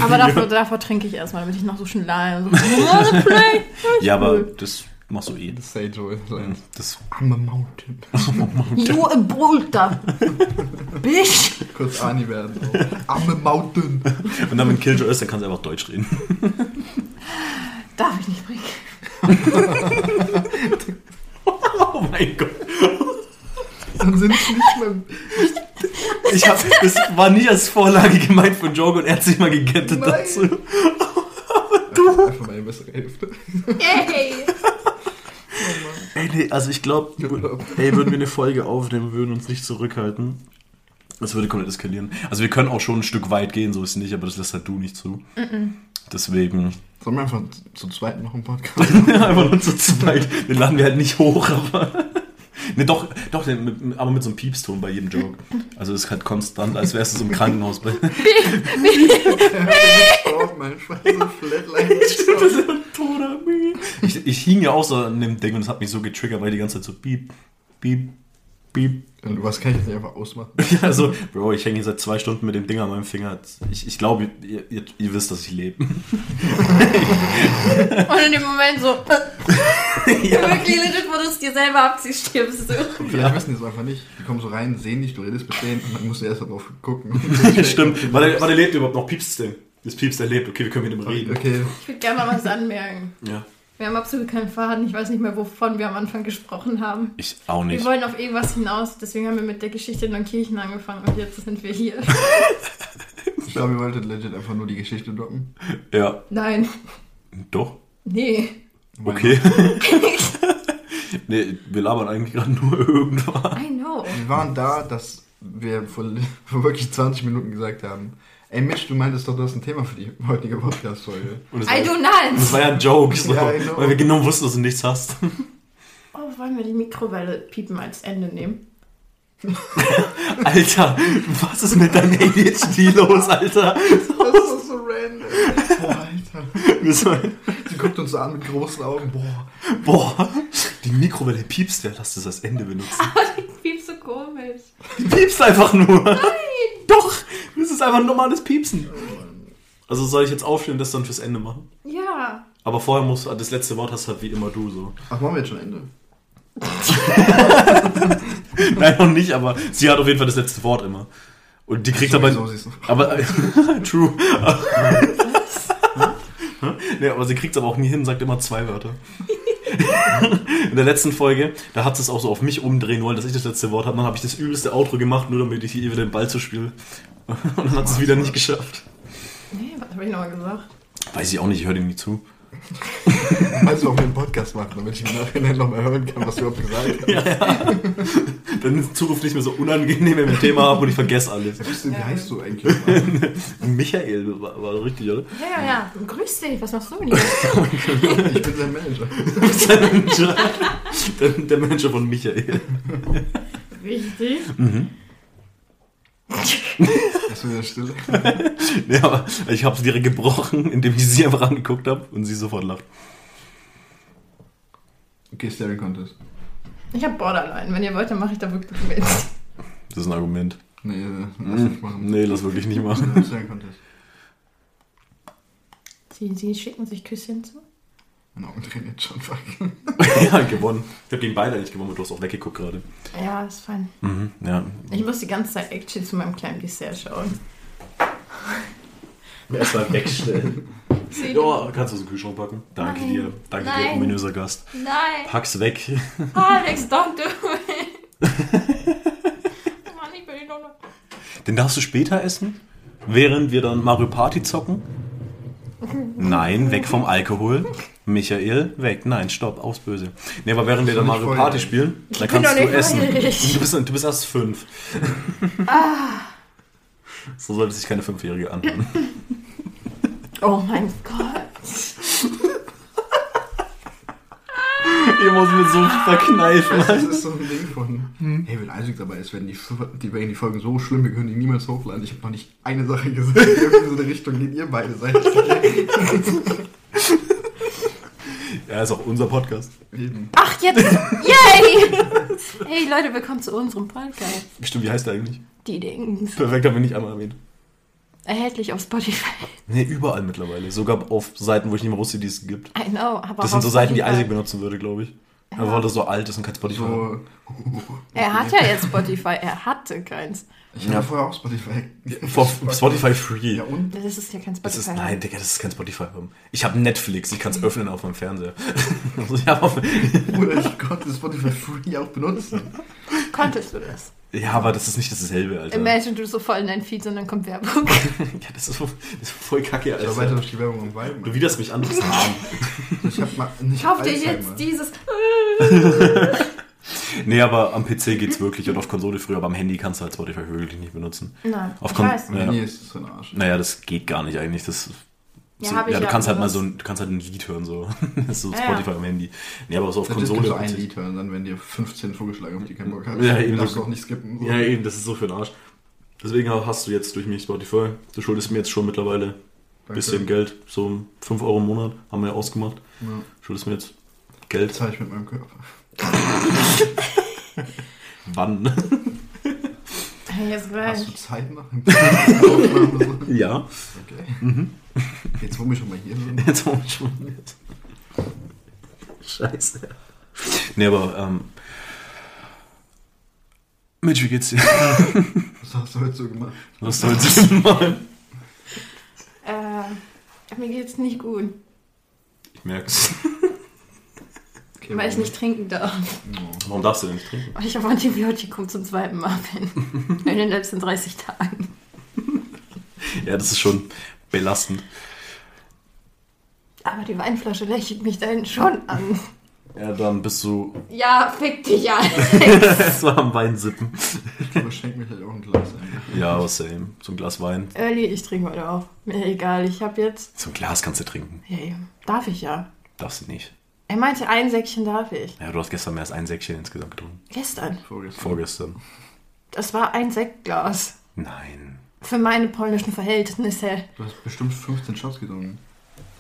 Speaker 1: Aber davor, davor trinke ich erstmal, damit ich noch so schön leise. So, you wanna play?
Speaker 2: Ja, aber das machst du eh.
Speaker 3: Das Say Joel.
Speaker 2: Das
Speaker 3: I'm a mountain.
Speaker 1: You a bolter. Bitch.
Speaker 3: Kurz Ani werden. So. I'm a mountain.
Speaker 2: Und dann, wenn Killjoy ist, dann kannst du einfach Deutsch reden.
Speaker 1: Darf ich nicht bringen.
Speaker 2: Oh mein Gott.
Speaker 3: Dann sind sie nicht mehr...
Speaker 2: Ich hab, das war nie als Vorlage gemeint von Jogo und er hat sich mal gegettet
Speaker 3: Nein.
Speaker 2: dazu.
Speaker 3: Einfach meine bessere Hälfte.
Speaker 1: Yay.
Speaker 2: Ey, nee, also ich glaube, ey, würden wir eine Folge aufnehmen, würden uns nicht zurückhalten. Das würde komplett eskalieren. Also wir können auch schon ein Stück weit gehen, so ist nicht, aber das lässt halt du nicht zu. Deswegen
Speaker 3: Sollen wir einfach zu zweit noch einen Podcast
Speaker 2: einfach nur zu zweit. Den laden wir halt nicht hoch, aber. Ne, doch, doch, den- mit- aber mit so einem Piepston bei jedem Joke. Also es ist halt konstant, als wärst du so im Krankenhaus. Bei
Speaker 3: Oh, mein Schweizer Flatline.
Speaker 2: ich, ich hing ja auch so an dem Ding und es hat mich so getriggert, weil die ganze Zeit so piep, piep, piep,
Speaker 3: Und was kann ich jetzt nicht einfach ausmachen?
Speaker 2: Also, Bro, ich hänge hier seit zwei Stunden mit dem Ding an meinem Finger. Ich, ich glaube, ihr, ihr, ihr wisst, dass ich lebe.
Speaker 1: Und in dem Moment so. Wirklich legit, wo du es dir selber abziehst, stirbst du.
Speaker 3: Vielleicht wissen die es einfach nicht. Die kommen so rein, sehen dich, du redest mit denen und dann musst du erst mal drauf gucken.
Speaker 2: Stimmt. Warte, warte, lebt überhaupt noch? Piepst das Ding? Das Piepst, der lebt. Okay, wir können mit dem reden.
Speaker 3: Okay,
Speaker 1: Ich würde gerne mal was anmerken.
Speaker 2: Ja.
Speaker 1: Wir haben absolut keinen Faden. Ich weiß nicht mehr, wovon wir am Anfang gesprochen haben.
Speaker 2: Ich auch
Speaker 1: Wir
Speaker 2: nicht.
Speaker 1: wollen auf irgendwas hinaus, deswegen haben wir mit der Geschichte in Neunkirchen angefangen und jetzt sind wir hier.
Speaker 3: ich glaube, ihr wolltet legit einfach nur die Geschichte droppen.
Speaker 2: Ja,
Speaker 1: Nein,
Speaker 2: doch.
Speaker 1: nee,
Speaker 2: Okay. nee, wir labern eigentlich gerade nur irgendwas.
Speaker 1: I know.
Speaker 3: Wir waren da, dass wir vor, vor wirklich 20 Minuten gesagt haben. Ey Mitch, du meintest doch, du hast ein Thema für die heutige Podcast-Folge.
Speaker 2: Und das,
Speaker 1: I
Speaker 2: war,
Speaker 1: do not.
Speaker 2: das war ja ein Joke, so,
Speaker 3: Ja, I know.
Speaker 2: weil wir genau wussten, dass du nichts hast.
Speaker 1: Oh, wollen wir die Mikrowelle piepen als Ende nehmen?
Speaker 2: Alter, was ist mit deinem ADHD los, Alter?
Speaker 3: Das ist so random. Boah, Alter.
Speaker 2: Wir sollen,
Speaker 3: Sie guckt uns so an mit großen Augen. Boah.
Speaker 2: boah, die Mikrowelle piepst ja, lass das als Ende benutzen.
Speaker 5: Viel zu komisch.
Speaker 2: Die piepst einfach nur. Nein! Doch, das ist einfach ein normales Piepsen. Also soll ich jetzt aufstehen und das dann fürs Ende machen?
Speaker 5: Ja.
Speaker 2: Aber vorher musst du, das letzte Wort hast halt wie immer du so.
Speaker 3: Ach, machen wir jetzt schon Ende?
Speaker 2: Nein, noch nicht, aber sie hat auf jeden Fall das letzte Wort immer. Und die kriegt dabei.
Speaker 3: Sowieso, siehst du.
Speaker 2: Aber true. nee, aber sie kriegt es aber auch nie hin, sagt immer zwei Wörter. In der letzten Folge, da hat sie es auch so auf mich umdrehen wollen, dass ich das letzte Wort habe. Dann habe ich das übelste Outro gemacht, nur damit ich hier wieder den Ball zu spielen. Und dann hat sie es wieder nicht geschafft.
Speaker 1: Nee, was habe ich nochmal gesagt?
Speaker 2: Weiß ich auch nicht, ich höre dem nie zu.
Speaker 3: Also auch den Podcast machen, damit ich im Nachhinein nochmal hören kann, was du überhaupt gesagt hast.
Speaker 2: Dann ist Zukunft nicht mehr so unangenehm, wenn wir ein Thema haben und ich vergesse alles.
Speaker 3: Bist du, wie heißt du eigentlich?
Speaker 2: Michael war, war richtig, oder?
Speaker 1: Ja, ja, ja. Grüß dich. Was machst du denn hier?
Speaker 3: Ich bin sein Manager.
Speaker 2: Der Manager, der, der Manager von Michael.
Speaker 1: Richtig.
Speaker 3: Hast du wieder Stille?
Speaker 2: Ja, aber ich habe es direkt gebrochen, indem ich sie einfach angeguckt habe und sie sofort lacht.
Speaker 3: Okay, Staring Contest.
Speaker 1: Ich habe Borderline. Wenn ihr wollt, dann mache ich da wirklich mit.
Speaker 2: Das ist ein Argument.
Speaker 3: Nee, äh, lass nicht machen.
Speaker 2: Nee, das wirklich nicht machen.
Speaker 3: Staring Contest.
Speaker 1: Sie, sie schicken sich Küsschen zu?
Speaker 3: Meine Augen drehen jetzt schon, fuck.
Speaker 2: ja, gewonnen. Ich habe gegen beide eigentlich gewonnen, aber du hast auch weggeguckt gerade.
Speaker 1: Ja, ist fein.
Speaker 2: Mhm, ja.
Speaker 1: Ich muss die ganze Zeit Action zu meinem kleinen Dessert schauen.
Speaker 2: Erstmal wegstellen.
Speaker 5: Sie-
Speaker 2: Ja, kannst du es in den Kühlschrank packen? Danke
Speaker 5: Nein.
Speaker 2: dir. Danke dir,
Speaker 5: Nein.
Speaker 2: ominöser Gast.
Speaker 5: Nein.
Speaker 2: Pack's weg.
Speaker 1: Ah,
Speaker 5: Alex, don't do it. Mann, ich bin doch noch.
Speaker 2: Den darfst du später essen? Während wir dann Mario Party zocken? Nein, weg vom Alkohol. Michael, weg. Nein, stopp, aus böse. Nee, aber während wir dann
Speaker 3: bin
Speaker 2: Mario
Speaker 3: nicht
Speaker 2: Party
Speaker 3: volljährig.
Speaker 2: spielen, dann
Speaker 1: bin
Speaker 2: kannst
Speaker 1: doch
Speaker 2: du
Speaker 1: nicht
Speaker 2: essen.
Speaker 1: volljährig.
Speaker 2: Du bist, du bist erst fünf.
Speaker 1: Ah.
Speaker 2: So sollte sich keine Fünfjährige anhören.
Speaker 1: Oh mein Gott.
Speaker 2: Ihr muss mir so verkneifen.
Speaker 3: Das ist so ein Ding von. Hey, wenn Isaac dabei ist, werden die, die, werden die Folgen so schlimm, wir können die niemals hochladen. Ich habe noch nicht eine Sache gesagt, die irgendwie so eine Richtung geht ihr beide seid.
Speaker 2: Ja, ist auch unser Podcast.
Speaker 3: Eben.
Speaker 1: Ach, jetzt. Yay! Hey Leute, willkommen zu unserem Podcast.
Speaker 2: Bestimmt, wie heißt der eigentlich?
Speaker 1: Die Dings.
Speaker 2: Perfekt, haben wir nicht einmal erwähnt.
Speaker 1: Erhältlich auf Spotify.
Speaker 2: Nee, überall mittlerweile. Sogar auf Seiten, wo ich nicht mehr wusste, die es gibt.
Speaker 1: I know, aber
Speaker 2: Das
Speaker 1: auch
Speaker 2: sind so
Speaker 1: auf
Speaker 2: Seiten, die
Speaker 1: Spotify.
Speaker 2: Isaac benutzen würde, glaube ich. Einfach weil er so alt ist und kein Spotify hat.
Speaker 3: So.
Speaker 1: Er hat ja jetzt Spotify, er hatte keins.
Speaker 3: Ich hatte vorher auch Spotify.
Speaker 2: Vor Spotify Free.
Speaker 3: Ja, und?
Speaker 1: Das ist ja kein
Speaker 2: Das
Speaker 1: Spotify.
Speaker 2: ist, nein, Digga, das ist kein Spotify-Album. Ich habe Netflix, ich kann es öffnen auf meinem Fernseher. Also ich hab auf,
Speaker 3: Bruder, ich konnte Spotify Free auch benutzen.
Speaker 1: Konntest du das?
Speaker 2: ja, aber das ist nicht dasselbe, Alter. Ja,
Speaker 1: Imagine, du so voll in dein Feed und dann kommt Werbung.
Speaker 2: das ist, voll- das ist voll kacke,
Speaker 3: Ich arbeite
Speaker 2: Alter.
Speaker 3: durch die Werbung am Weiben.
Speaker 2: Du widerst mich an, du bist ein Arm.
Speaker 3: Ich hab mal. Ich
Speaker 1: Kauf
Speaker 3: hab
Speaker 1: dir
Speaker 3: Alzheimer.
Speaker 1: jetzt dieses.
Speaker 2: Nee, aber am PC geht's wirklich und auf Konsole früher, aber am Handy kannst du halt Spotify wirklich nicht benutzen.
Speaker 1: Nein,
Speaker 2: Auf
Speaker 1: ich
Speaker 2: Kon-
Speaker 1: weiß.
Speaker 2: Ja.
Speaker 3: Nee, es ist so ein Arsch.
Speaker 2: Naja, das geht gar nicht eigentlich. Das,
Speaker 1: Ja,
Speaker 2: so,
Speaker 1: hab ich
Speaker 2: du
Speaker 1: ja
Speaker 2: kannst halt mal
Speaker 1: benutzt.
Speaker 2: so ein, du kannst halt ein Lied hören, so. Das ist so
Speaker 1: Ja,
Speaker 2: Spotify am Handy. Nee, aber so auf
Speaker 3: Auf Konsole
Speaker 2: Konsole.
Speaker 3: so ein Lied hören, dann werden dir 15 vorgeschlagen, auf die keinen Bock hast.
Speaker 2: Ja, eben.
Speaker 3: Darfst du auch nicht skippen. So.
Speaker 2: Ja, eben, das ist so für den Arsch. Deswegen hast du jetzt durch mich Spotify. Du schuldest mir jetzt schon mittlerweile ein
Speaker 3: Danke.
Speaker 2: bisschen Geld. So 5 Euro im Monat haben wir ja ausgemacht.
Speaker 3: Ja.
Speaker 2: Schuldest mir jetzt
Speaker 3: Das
Speaker 2: Geld.
Speaker 3: habe ich mit meinem Körper.
Speaker 2: Wann?
Speaker 1: Hey, jetzt
Speaker 3: Hast du
Speaker 1: gleich.
Speaker 3: Zeit noch? okay.
Speaker 2: ja.
Speaker 3: Jetzt, wo wir schon mal hier sind.
Speaker 2: Jetzt wollen wir schon. Scheiße. Nee, aber, ähm. Mitch, wie geht's dir?
Speaker 3: Was hast du heute so gemacht?
Speaker 2: Was soll's denn machen?
Speaker 1: Äh, mir geht's nicht gut,
Speaker 2: Ich merk's.
Speaker 3: Okay,
Speaker 1: weil ich
Speaker 3: warum-
Speaker 1: nicht trinken darf.
Speaker 3: Oh.
Speaker 2: Warum darfst du denn nicht trinken?
Speaker 1: Weil ich auf Antibiotikum zum zweiten Mal bin. In den letzten 30 Tagen.
Speaker 2: Ja, das ist schon belastend.
Speaker 1: Aber die Weinflasche lächelt mich dahin schon an.
Speaker 2: Ja, dann bist du
Speaker 5: Ja, fick dich, Alter.
Speaker 2: so am Wein sippen.
Speaker 3: Aber schenk mich halt auch ein Glas ein.
Speaker 2: Ja, aber same. So ein Glas Wein.
Speaker 1: Early, ich trinke heute auf. Mir egal, ich habe jetzt.
Speaker 2: So ein Glas kannst du trinken.
Speaker 1: Hey, darf ich ja.
Speaker 2: Darfst du nicht.
Speaker 1: Er meinte, ein Säckchen darf ich.
Speaker 2: Ja, du hast gestern mehr als ein Säckchen insgesamt getrunken.
Speaker 1: Gestern.
Speaker 3: Vorgestern.
Speaker 2: Vorgestern.
Speaker 1: Das war ein Sektglas.
Speaker 2: Nein.
Speaker 1: Für meine polnischen Verhältnisse.
Speaker 3: Du hast bestimmt 15 Shots getrunken.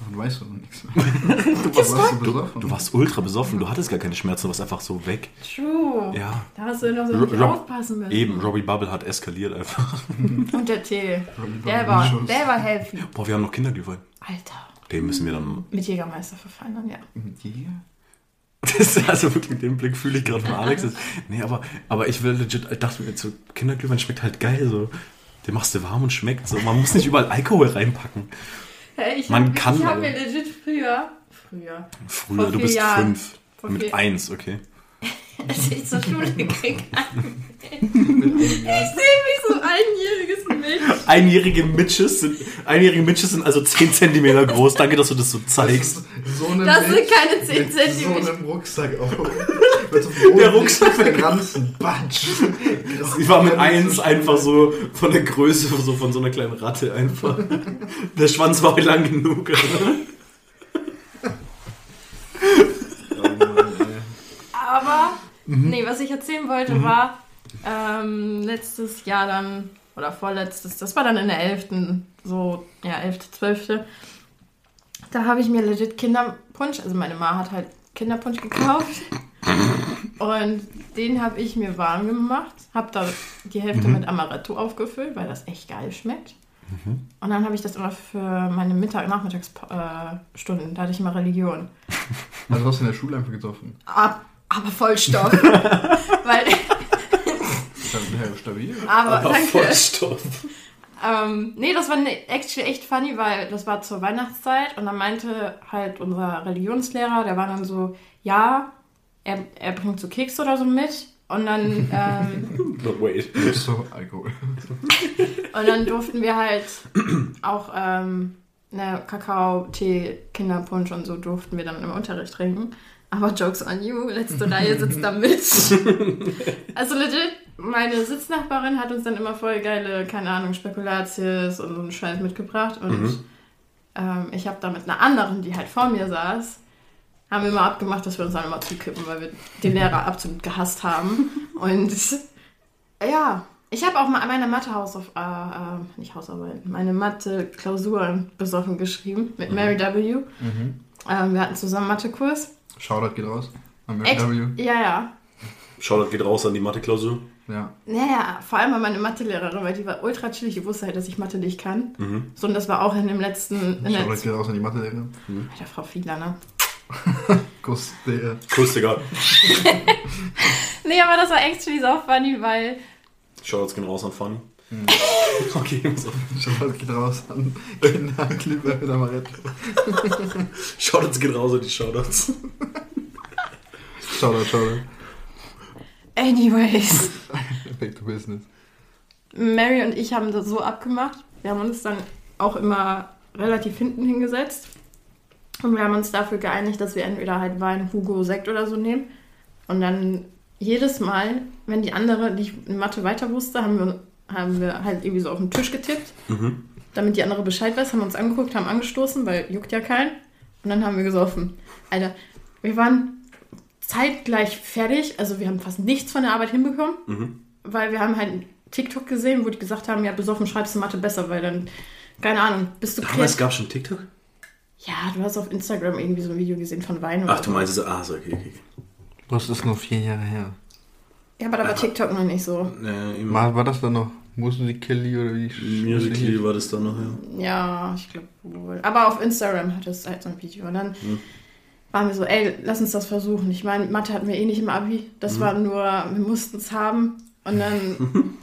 Speaker 3: Davon weißt du noch nichts mehr. du
Speaker 2: Du, du warst ultra besoffen. Du hattest gar keine Schmerzen. Du warst einfach so weg.
Speaker 1: True.
Speaker 2: Ja.
Speaker 1: Da hast du noch so
Speaker 2: Rob-
Speaker 1: richtig
Speaker 2: Rob-
Speaker 1: aufpassen müssen.
Speaker 2: Eben, Robbie Bubble hat eskaliert einfach.
Speaker 1: Und der Tee. Der
Speaker 3: Der
Speaker 1: war,
Speaker 3: Schuss.
Speaker 1: der war healthy.
Speaker 2: Boah, wir haben noch Kinderglühwein.
Speaker 1: Alter.
Speaker 2: Den müssen wir dann.
Speaker 1: Mit Jägermeister verfeinern, ja.
Speaker 3: Die?
Speaker 2: Das ist also wirklich den Blick fühle ich gerade von Alex. Das- Nee, aber, aber ich will legit, ich dachte mir, so Kinderglühwein schmeckt halt geil. So. Den machst du warm und schmeckt so. Man muss nicht überall Alkohol reinpacken.
Speaker 1: Hey, ich
Speaker 2: Man
Speaker 1: hab,
Speaker 2: kann
Speaker 1: Ich habe
Speaker 2: aber.
Speaker 1: mir legit früher. Früher.
Speaker 2: Früher,
Speaker 1: Vor
Speaker 2: du
Speaker 1: vier
Speaker 2: bist
Speaker 1: Jahren.
Speaker 2: fünf.
Speaker 1: Vor
Speaker 2: Mit
Speaker 1: vier-
Speaker 2: eins, okay.
Speaker 1: Als ich zur Schule gegangen
Speaker 5: Ich sehe mich so ein einjähriges Mädchen.
Speaker 2: Einjährige Mitches sind, einjährige Mitches sind also 10 cm groß. Danke, dass du das so zeigst.
Speaker 3: So eine
Speaker 1: Das sind
Speaker 3: Milch
Speaker 1: keine 10
Speaker 3: mit So
Speaker 1: Zentimeter.
Speaker 3: einem Rucksack auch. Mit so einem
Speaker 2: Der Rucksack.
Speaker 3: mit Ranzen. Batsch.
Speaker 2: Ich war mit eins einfach so von der Größe, so von so einer kleinen Ratte einfach. Der Schwanz war lang genug.
Speaker 3: Oh Mann, ey.
Speaker 1: Aber, nee, was ich erzählen wollte war, ähm, letztes Jahr dann, oder vorletztes, das war dann in der 11., so, ja, 11., 12., da habe ich mir legit Kinderpunsch, also meine Ma hat halt Kinderpunsch gekauft. Und den habe ich mir warm gemacht, habe da die Hälfte mit Amaretto aufgefüllt, weil das echt geil schmeckt. Und dann habe ich das immer für meine Mittag-, Nachmittagsstunden, da hatte ich immer Religion.
Speaker 3: Also hast du in der Schule einfach gesoffen.
Speaker 1: Ab, aber Vollstoff. Weil,
Speaker 3: Ja, stabil.
Speaker 1: aber, danke.
Speaker 2: Vollstoff.
Speaker 1: Ähm, nee, das war ne- actually echt funny, weil das war zur Weihnachtszeit und dann meinte halt unser Religionslehrer, der war dann so, ja, er, er bringt so Kekse oder so mit. Und dann, ähm,
Speaker 2: No, wait.
Speaker 3: So, Alkohol.
Speaker 1: und dann durften wir halt auch ähm, ne, Kakao, Tee, Kinderpunsch und so durften wir dann im Unterricht trinken. Aber Jokes on you, letzte Reihe sitzt da mit. also legit, meine Sitznachbarin hat uns dann immer voll geile, keine Ahnung, Spekulatius und so einen Scheiß mitgebracht. Und ähm, ich habe da mit einer anderen, die halt vor mir saß, haben wir immer abgemacht, dass wir uns dann immer zukippen, weil wir den Lehrer absolut gehasst haben. Und ja, ich habe auch mal meine Mathe-Hausauf... Äh, äh, nicht Hausarbeiten, meine Mathe-Klausuren besoffen geschrieben mit Mary W. Ähm, wir hatten zusammen Mathe-Kurs.
Speaker 3: Shoutout geht raus. An
Speaker 1: Ex-
Speaker 3: MW.
Speaker 1: Ja, ja.
Speaker 2: Shoutout geht raus an die Mathe-Klausur.
Speaker 3: Ja.
Speaker 1: Naja, vor allem an meine Mathelehrerin, weil die war ultra chillig. Die wusste halt, dass ich Mathe nicht kann.
Speaker 2: Mhm.
Speaker 1: So, und das war auch in dem letzten... In der
Speaker 3: Shoutout
Speaker 1: letzten
Speaker 3: geht raus an die Mathelehrerin.
Speaker 1: Alter, Frau Fiedler, ne?
Speaker 3: Kuss äh, der.
Speaker 2: Kuss, Digga.
Speaker 1: Nee, aber das war actually so funny, weil...
Speaker 2: Shoutouts gehen raus an Fanny. Okay, so.
Speaker 3: Shoutout geht raus an Kinder, Klipper mit Amaretto.
Speaker 2: Shoutouts gehen raus an die Shoutouts.
Speaker 3: Shoutout, Shoutout.
Speaker 1: Anyways...
Speaker 3: Back to business.
Speaker 1: Mary und ich haben das so abgemacht. Wir haben uns dann auch immer relativ hinten hingesetzt. Und wir haben uns dafür geeinigt, dass wir entweder halt Wein, Hugo, Sekt oder so nehmen. Und dann jedes Mal, wenn die andere nicht in Mathe weiter wusste, haben wir, haben wir halt irgendwie so auf den Tisch getippt. Damit die andere Bescheid weiß, haben uns angeguckt, haben angestoßen, weil juckt ja keinen. Und dann haben wir gesoffen. Alter, wir waren zeitgleich fertig. Also wir haben fast nichts von der Arbeit hinbekommen weil wir haben halt einen TikTok gesehen, wo die gesagt haben, ja, besoffen schreibst du Mathe besser, weil dann, keine Ahnung, bist du
Speaker 2: Damals
Speaker 1: kreativ.
Speaker 2: gab schon TikTok?
Speaker 1: Ja, du hast auf Instagram irgendwie so ein Video gesehen von Wein oder
Speaker 2: Ach, du
Speaker 1: so.
Speaker 2: meinst, ah, so, okay, okay.
Speaker 3: Das ist nur vier Jahre her.
Speaker 1: Ja, aber da war TikTok noch nicht so.
Speaker 2: Äh, im
Speaker 3: Mal war das dann noch Musically oder wie?
Speaker 2: Musical.ly war das dann noch, ja.
Speaker 1: Ja, ich glaube wohl. Aber auf Instagram hat es halt so ein Video. Und dann
Speaker 2: Hm.
Speaker 1: waren wir so, ey, lass uns das versuchen. Ich meine, Mathe hatten wir eh nicht im Abi.
Speaker 2: Hm.
Speaker 1: Das war nur, wir mussten es haben. Und dann,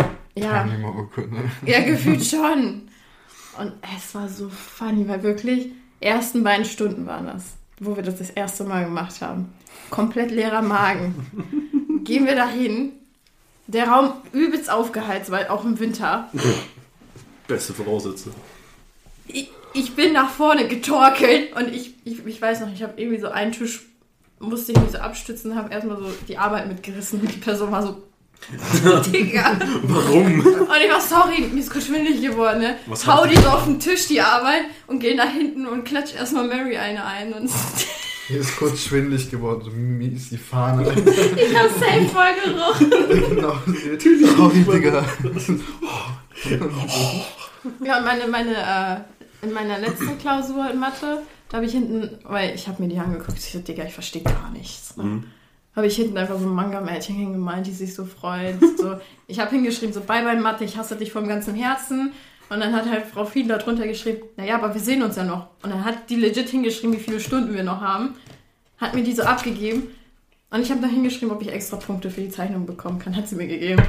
Speaker 1: ja.
Speaker 3: Teilnehmerurkunde.
Speaker 1: Ja, gefühlt schon. Und es war so funny, weil wirklich ersten beiden Stunden waren das, wo wir das das erste Mal gemacht haben. Komplett leerer Magen. Gehen wir dahin. Der Raum übelst aufgeheizt, weil auch im Winter.
Speaker 2: Beste Voraussetzung.
Speaker 1: Ich, ich bin nach vorne getorkelt und ich, ich, ich weiß noch, ich habe irgendwie so einen Tisch musste ich mich so abstützen und habe erstmal so die Arbeit mitgerissen. Und die Person war so. Digga.
Speaker 2: Warum?
Speaker 1: Und ich war, sorry, mir ist kurz schwindelig geworden, ne?
Speaker 2: Was
Speaker 1: Hau
Speaker 2: hat-
Speaker 1: die so auf den Tisch, die Arbeit, und geh nach hinten und klatsch erstmal Mary eine ein. Und
Speaker 3: Hier ist kurz schwindelig geworden, so mies die Fahne.
Speaker 1: ich hab safe voll gerochen.
Speaker 3: genau, sorry, Digga. Oh.
Speaker 1: Ja, und meine, meine, äh, in meiner letzten Klausur in Mathe, da habe ich hinten, weil ich habe mir die angeguckt, ich so, Digga, ich verstehe gar nichts. Ne? Habe ich hinten einfach so ein Manga-Mädchen hingemalt, die sich so freut. So. Ich habe hingeschrieben, so bye bye Mathe, ich hasse dich vom ganzen Herzen. Und dann hat halt Frau Fiedler darunter geschrieben, naja, aber wir sehen uns ja noch. Und dann hat die legit hingeschrieben, wie viele Stunden wir noch haben. Hat mir die so abgegeben. Und ich habe da hingeschrieben, ob ich extra Punkte für die Zeichnung bekommen kann. Hat sie mir gegeben.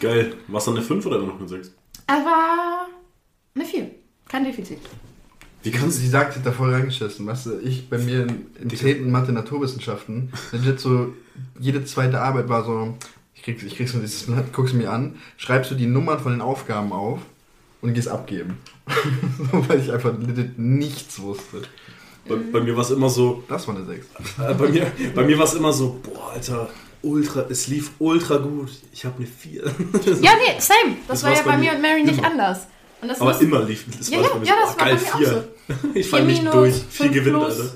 Speaker 2: Geil. Warst du eine 5 oder immer noch eine 6?
Speaker 1: Aber ne viel. Kein Defizit.
Speaker 2: Wie kannst
Speaker 3: Sie sagt, sie hat da voll reingeschissen. Weißt du, ich bei mir in, in
Speaker 2: Digga.
Speaker 3: 10. Mathe Naturwissenschaften, legit so, jede zweite Arbeit war so, ich krieg, ich krieg so dieses Blatt, guck's mir an, schreibst du die Nummern von den Aufgaben auf und gehst abgeben. so, weil ich einfach legit nichts wusste.
Speaker 2: Bei, bei mir war es immer so,
Speaker 3: Das war eine 6.
Speaker 2: äh, bei mir, bei mir war es immer so, boah, Alter, ultra, es lief ultra gut. Ich habe eine 4.
Speaker 1: Ja, nee, same. Das,
Speaker 2: Das
Speaker 1: war ja
Speaker 2: war's
Speaker 1: bei,
Speaker 2: bei
Speaker 1: mir
Speaker 2: mir
Speaker 1: und Mary nicht
Speaker 2: immer.
Speaker 1: anders. Und das
Speaker 2: Aber
Speaker 1: mussten-
Speaker 2: immer lief es.
Speaker 1: Ja,
Speaker 2: war
Speaker 1: ja,
Speaker 2: bei mir Oh,
Speaker 1: ja, das war
Speaker 2: geil,
Speaker 1: bei mir auch
Speaker 2: vier. Ich
Speaker 1: Vier
Speaker 2: fall nicht
Speaker 1: minus,
Speaker 2: durch. Vier
Speaker 1: fünf
Speaker 2: gewinnt,
Speaker 1: plus.
Speaker 2: Alter. Ja,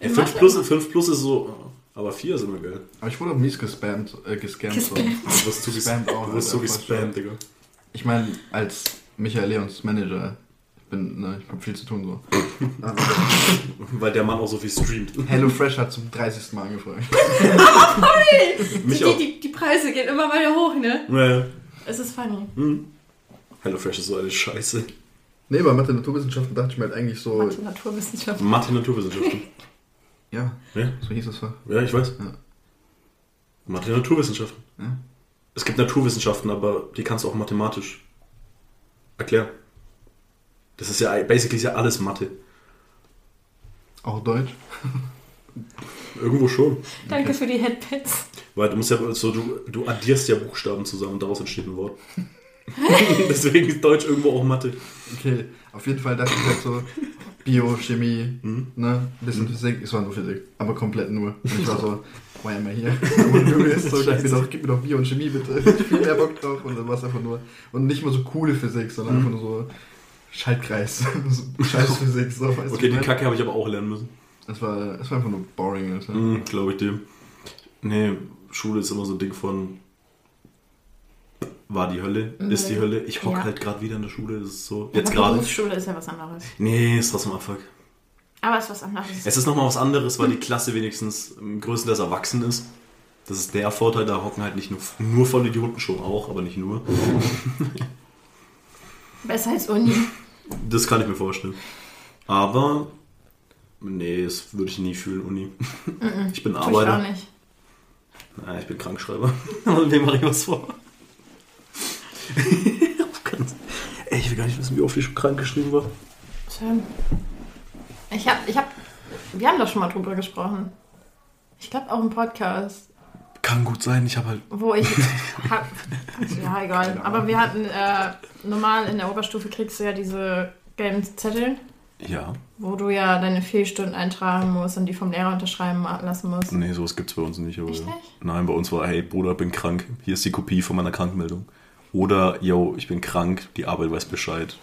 Speaker 1: In
Speaker 2: 5
Speaker 1: Mathe
Speaker 2: plus,
Speaker 1: immer.
Speaker 2: fünf plus ist so, äh, aber 4 ist immer geil.
Speaker 3: Aber ich wurde auch mies gespammt, äh, gescammt. so.
Speaker 1: Gespammt.
Speaker 2: Du wirst
Speaker 3: Spam auch, Alter, voll
Speaker 2: zugespammt, Digga.
Speaker 3: Ich meine, als Michael Leons Manager, ich bin, ne, ich hab viel zu tun so.
Speaker 2: Weil der Mann auch so viel streamt.
Speaker 3: HelloFresh hat zum 30. Mal angefragt.
Speaker 2: Mich
Speaker 1: die,
Speaker 2: auch.
Speaker 1: die, die Preise gehen immer weiter hoch, ne?
Speaker 2: Ja.
Speaker 1: Es ist funny.
Speaker 2: Oh. HelloFresh ist so eine Scheiße.
Speaker 3: Nee, bei Mathe Naturwissenschaften dachte ich mir halt eigentlich so,
Speaker 1: Mathe, Naturwissenschaft.
Speaker 2: Mathe Naturwissenschaften.
Speaker 3: ja,
Speaker 2: Ja,
Speaker 3: so hieß das Fach.
Speaker 2: ja ich weiß.
Speaker 3: Ja.
Speaker 2: Mathe Naturwissenschaften.
Speaker 3: Ja.
Speaker 2: Es gibt Naturwissenschaften, aber die kannst du auch mathematisch erklären. Das ist ja basically ist ja alles Mathe.
Speaker 3: Auch Deutsch.
Speaker 2: Irgendwo schon.
Speaker 1: Danke für die Headpads.
Speaker 2: Weil du musst ja so, du, du addierst ja Buchstaben zusammen und daraus entsteht ein Wort. Deswegen ist Deutsch irgendwo auch Mathe.
Speaker 3: Okay, auf jeden Fall dachte ich halt so, Bio, Chemie,
Speaker 2: Mhm.
Speaker 3: ne, bisschen Physik, es war nur Physik, aber komplett nur. Und ich war so, why am I here? Und du bist so, gib mir, doch, gib mir doch Bio und Chemie bitte, ich hab viel mehr Bock drauf. Und dann war es einfach nur, und nicht mal so coole Physik, sondern
Speaker 2: Hm.
Speaker 3: einfach nur so Schaltkreis, so scheiß Physik, so,
Speaker 2: Okay, die
Speaker 3: weißt was ich mein?
Speaker 2: Kacke habe ich aber auch lernen müssen.
Speaker 3: Es war, es war einfach nur boring, Alter.
Speaker 2: Mhm, Glaube ich dir. Nee, Schule ist immer so ein Ding von war die Hölle, ist die Hölle. Ich hock
Speaker 1: Mhm. Ja.
Speaker 2: halt gerade wieder in der Schule, das ist so.
Speaker 1: Aber
Speaker 2: Jetzt gerade.
Speaker 1: Berufsschule ist ja was anderes.
Speaker 2: Nee, ist trotzdem Abfuck.
Speaker 1: Aber es ist was anderes.
Speaker 2: Es ist nochmal was anderes, weil die Klasse wenigstens ähm, größtenteils erwachsen ist. Das ist der Vorteil, da hocken halt nicht nur, nur Vollidioten schon auch, aber nicht nur.
Speaker 1: Besser als Uni.
Speaker 2: Das kann ich mir vorstellen. Aber, nee, das würde ich nie fühlen, Uni. Ich bin
Speaker 1: Tue ich auch
Speaker 2: Arbeiter.
Speaker 1: nicht.
Speaker 2: Nein, ich bin Krankschreiber. Und dem mache ich was vor. Ganz- Ey, ich will gar nicht wissen, wie oft ich schon krank geschrieben war.
Speaker 1: Schön. Ich hab, ich hab, wir haben doch schon mal drüber gesprochen. Ich glaube auch im Podcast,
Speaker 2: Kann gut sein, ich habe halt.
Speaker 1: wo ich hab, ja egal. Aber wir hatten äh, normal in der Oberstufe kriegst du ja diese gelben Zettel.
Speaker 2: Ja,
Speaker 1: wo du ja deine Fehlstunden eintragen musst und die vom Lehrer unterschreiben lassen musst.
Speaker 4: Hm.
Speaker 2: nee, sowas gibt's bei uns nicht. Aber
Speaker 1: Echt
Speaker 2: ja.
Speaker 1: nicht?
Speaker 2: Nein, bei uns war, hey, Bruder, bin krank. Hier ist die Kopie von meiner Krankmeldung. Oder, yo, ich bin krank, die Arbeit weiß Bescheid.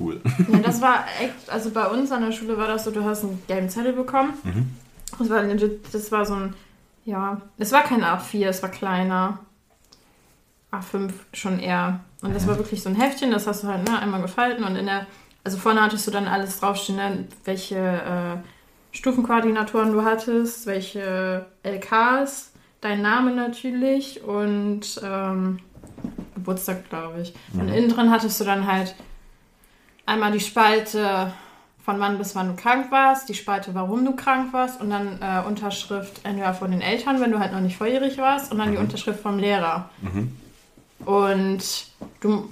Speaker 2: Cool.
Speaker 1: Ja, das war echt, also bei uns an der Schule war das so, du hast einen gelben Zettel bekommen.
Speaker 2: Mhm.
Speaker 1: Das war, legit- das war so ein, ja, es war kein A4, es war kleiner. A5 schon eher. Und das war wirklich so ein Heftchen, das hast du halt ne, einmal gefalten und in der, also vorne hattest du dann alles draufstehen, ne, welche äh, Stufenkoordinatoren du hattest, welche LKs, dein Name natürlich und ähm, Geburtstag, glaube ich. Und innen drin hattest du dann halt einmal die Spalte, von wann bis wann du krank warst, die Spalte, warum du krank warst und dann äh, Unterschrift entweder von den Eltern, wenn du halt noch nicht volljährig warst und dann die Unterschrift vom Lehrer. Und du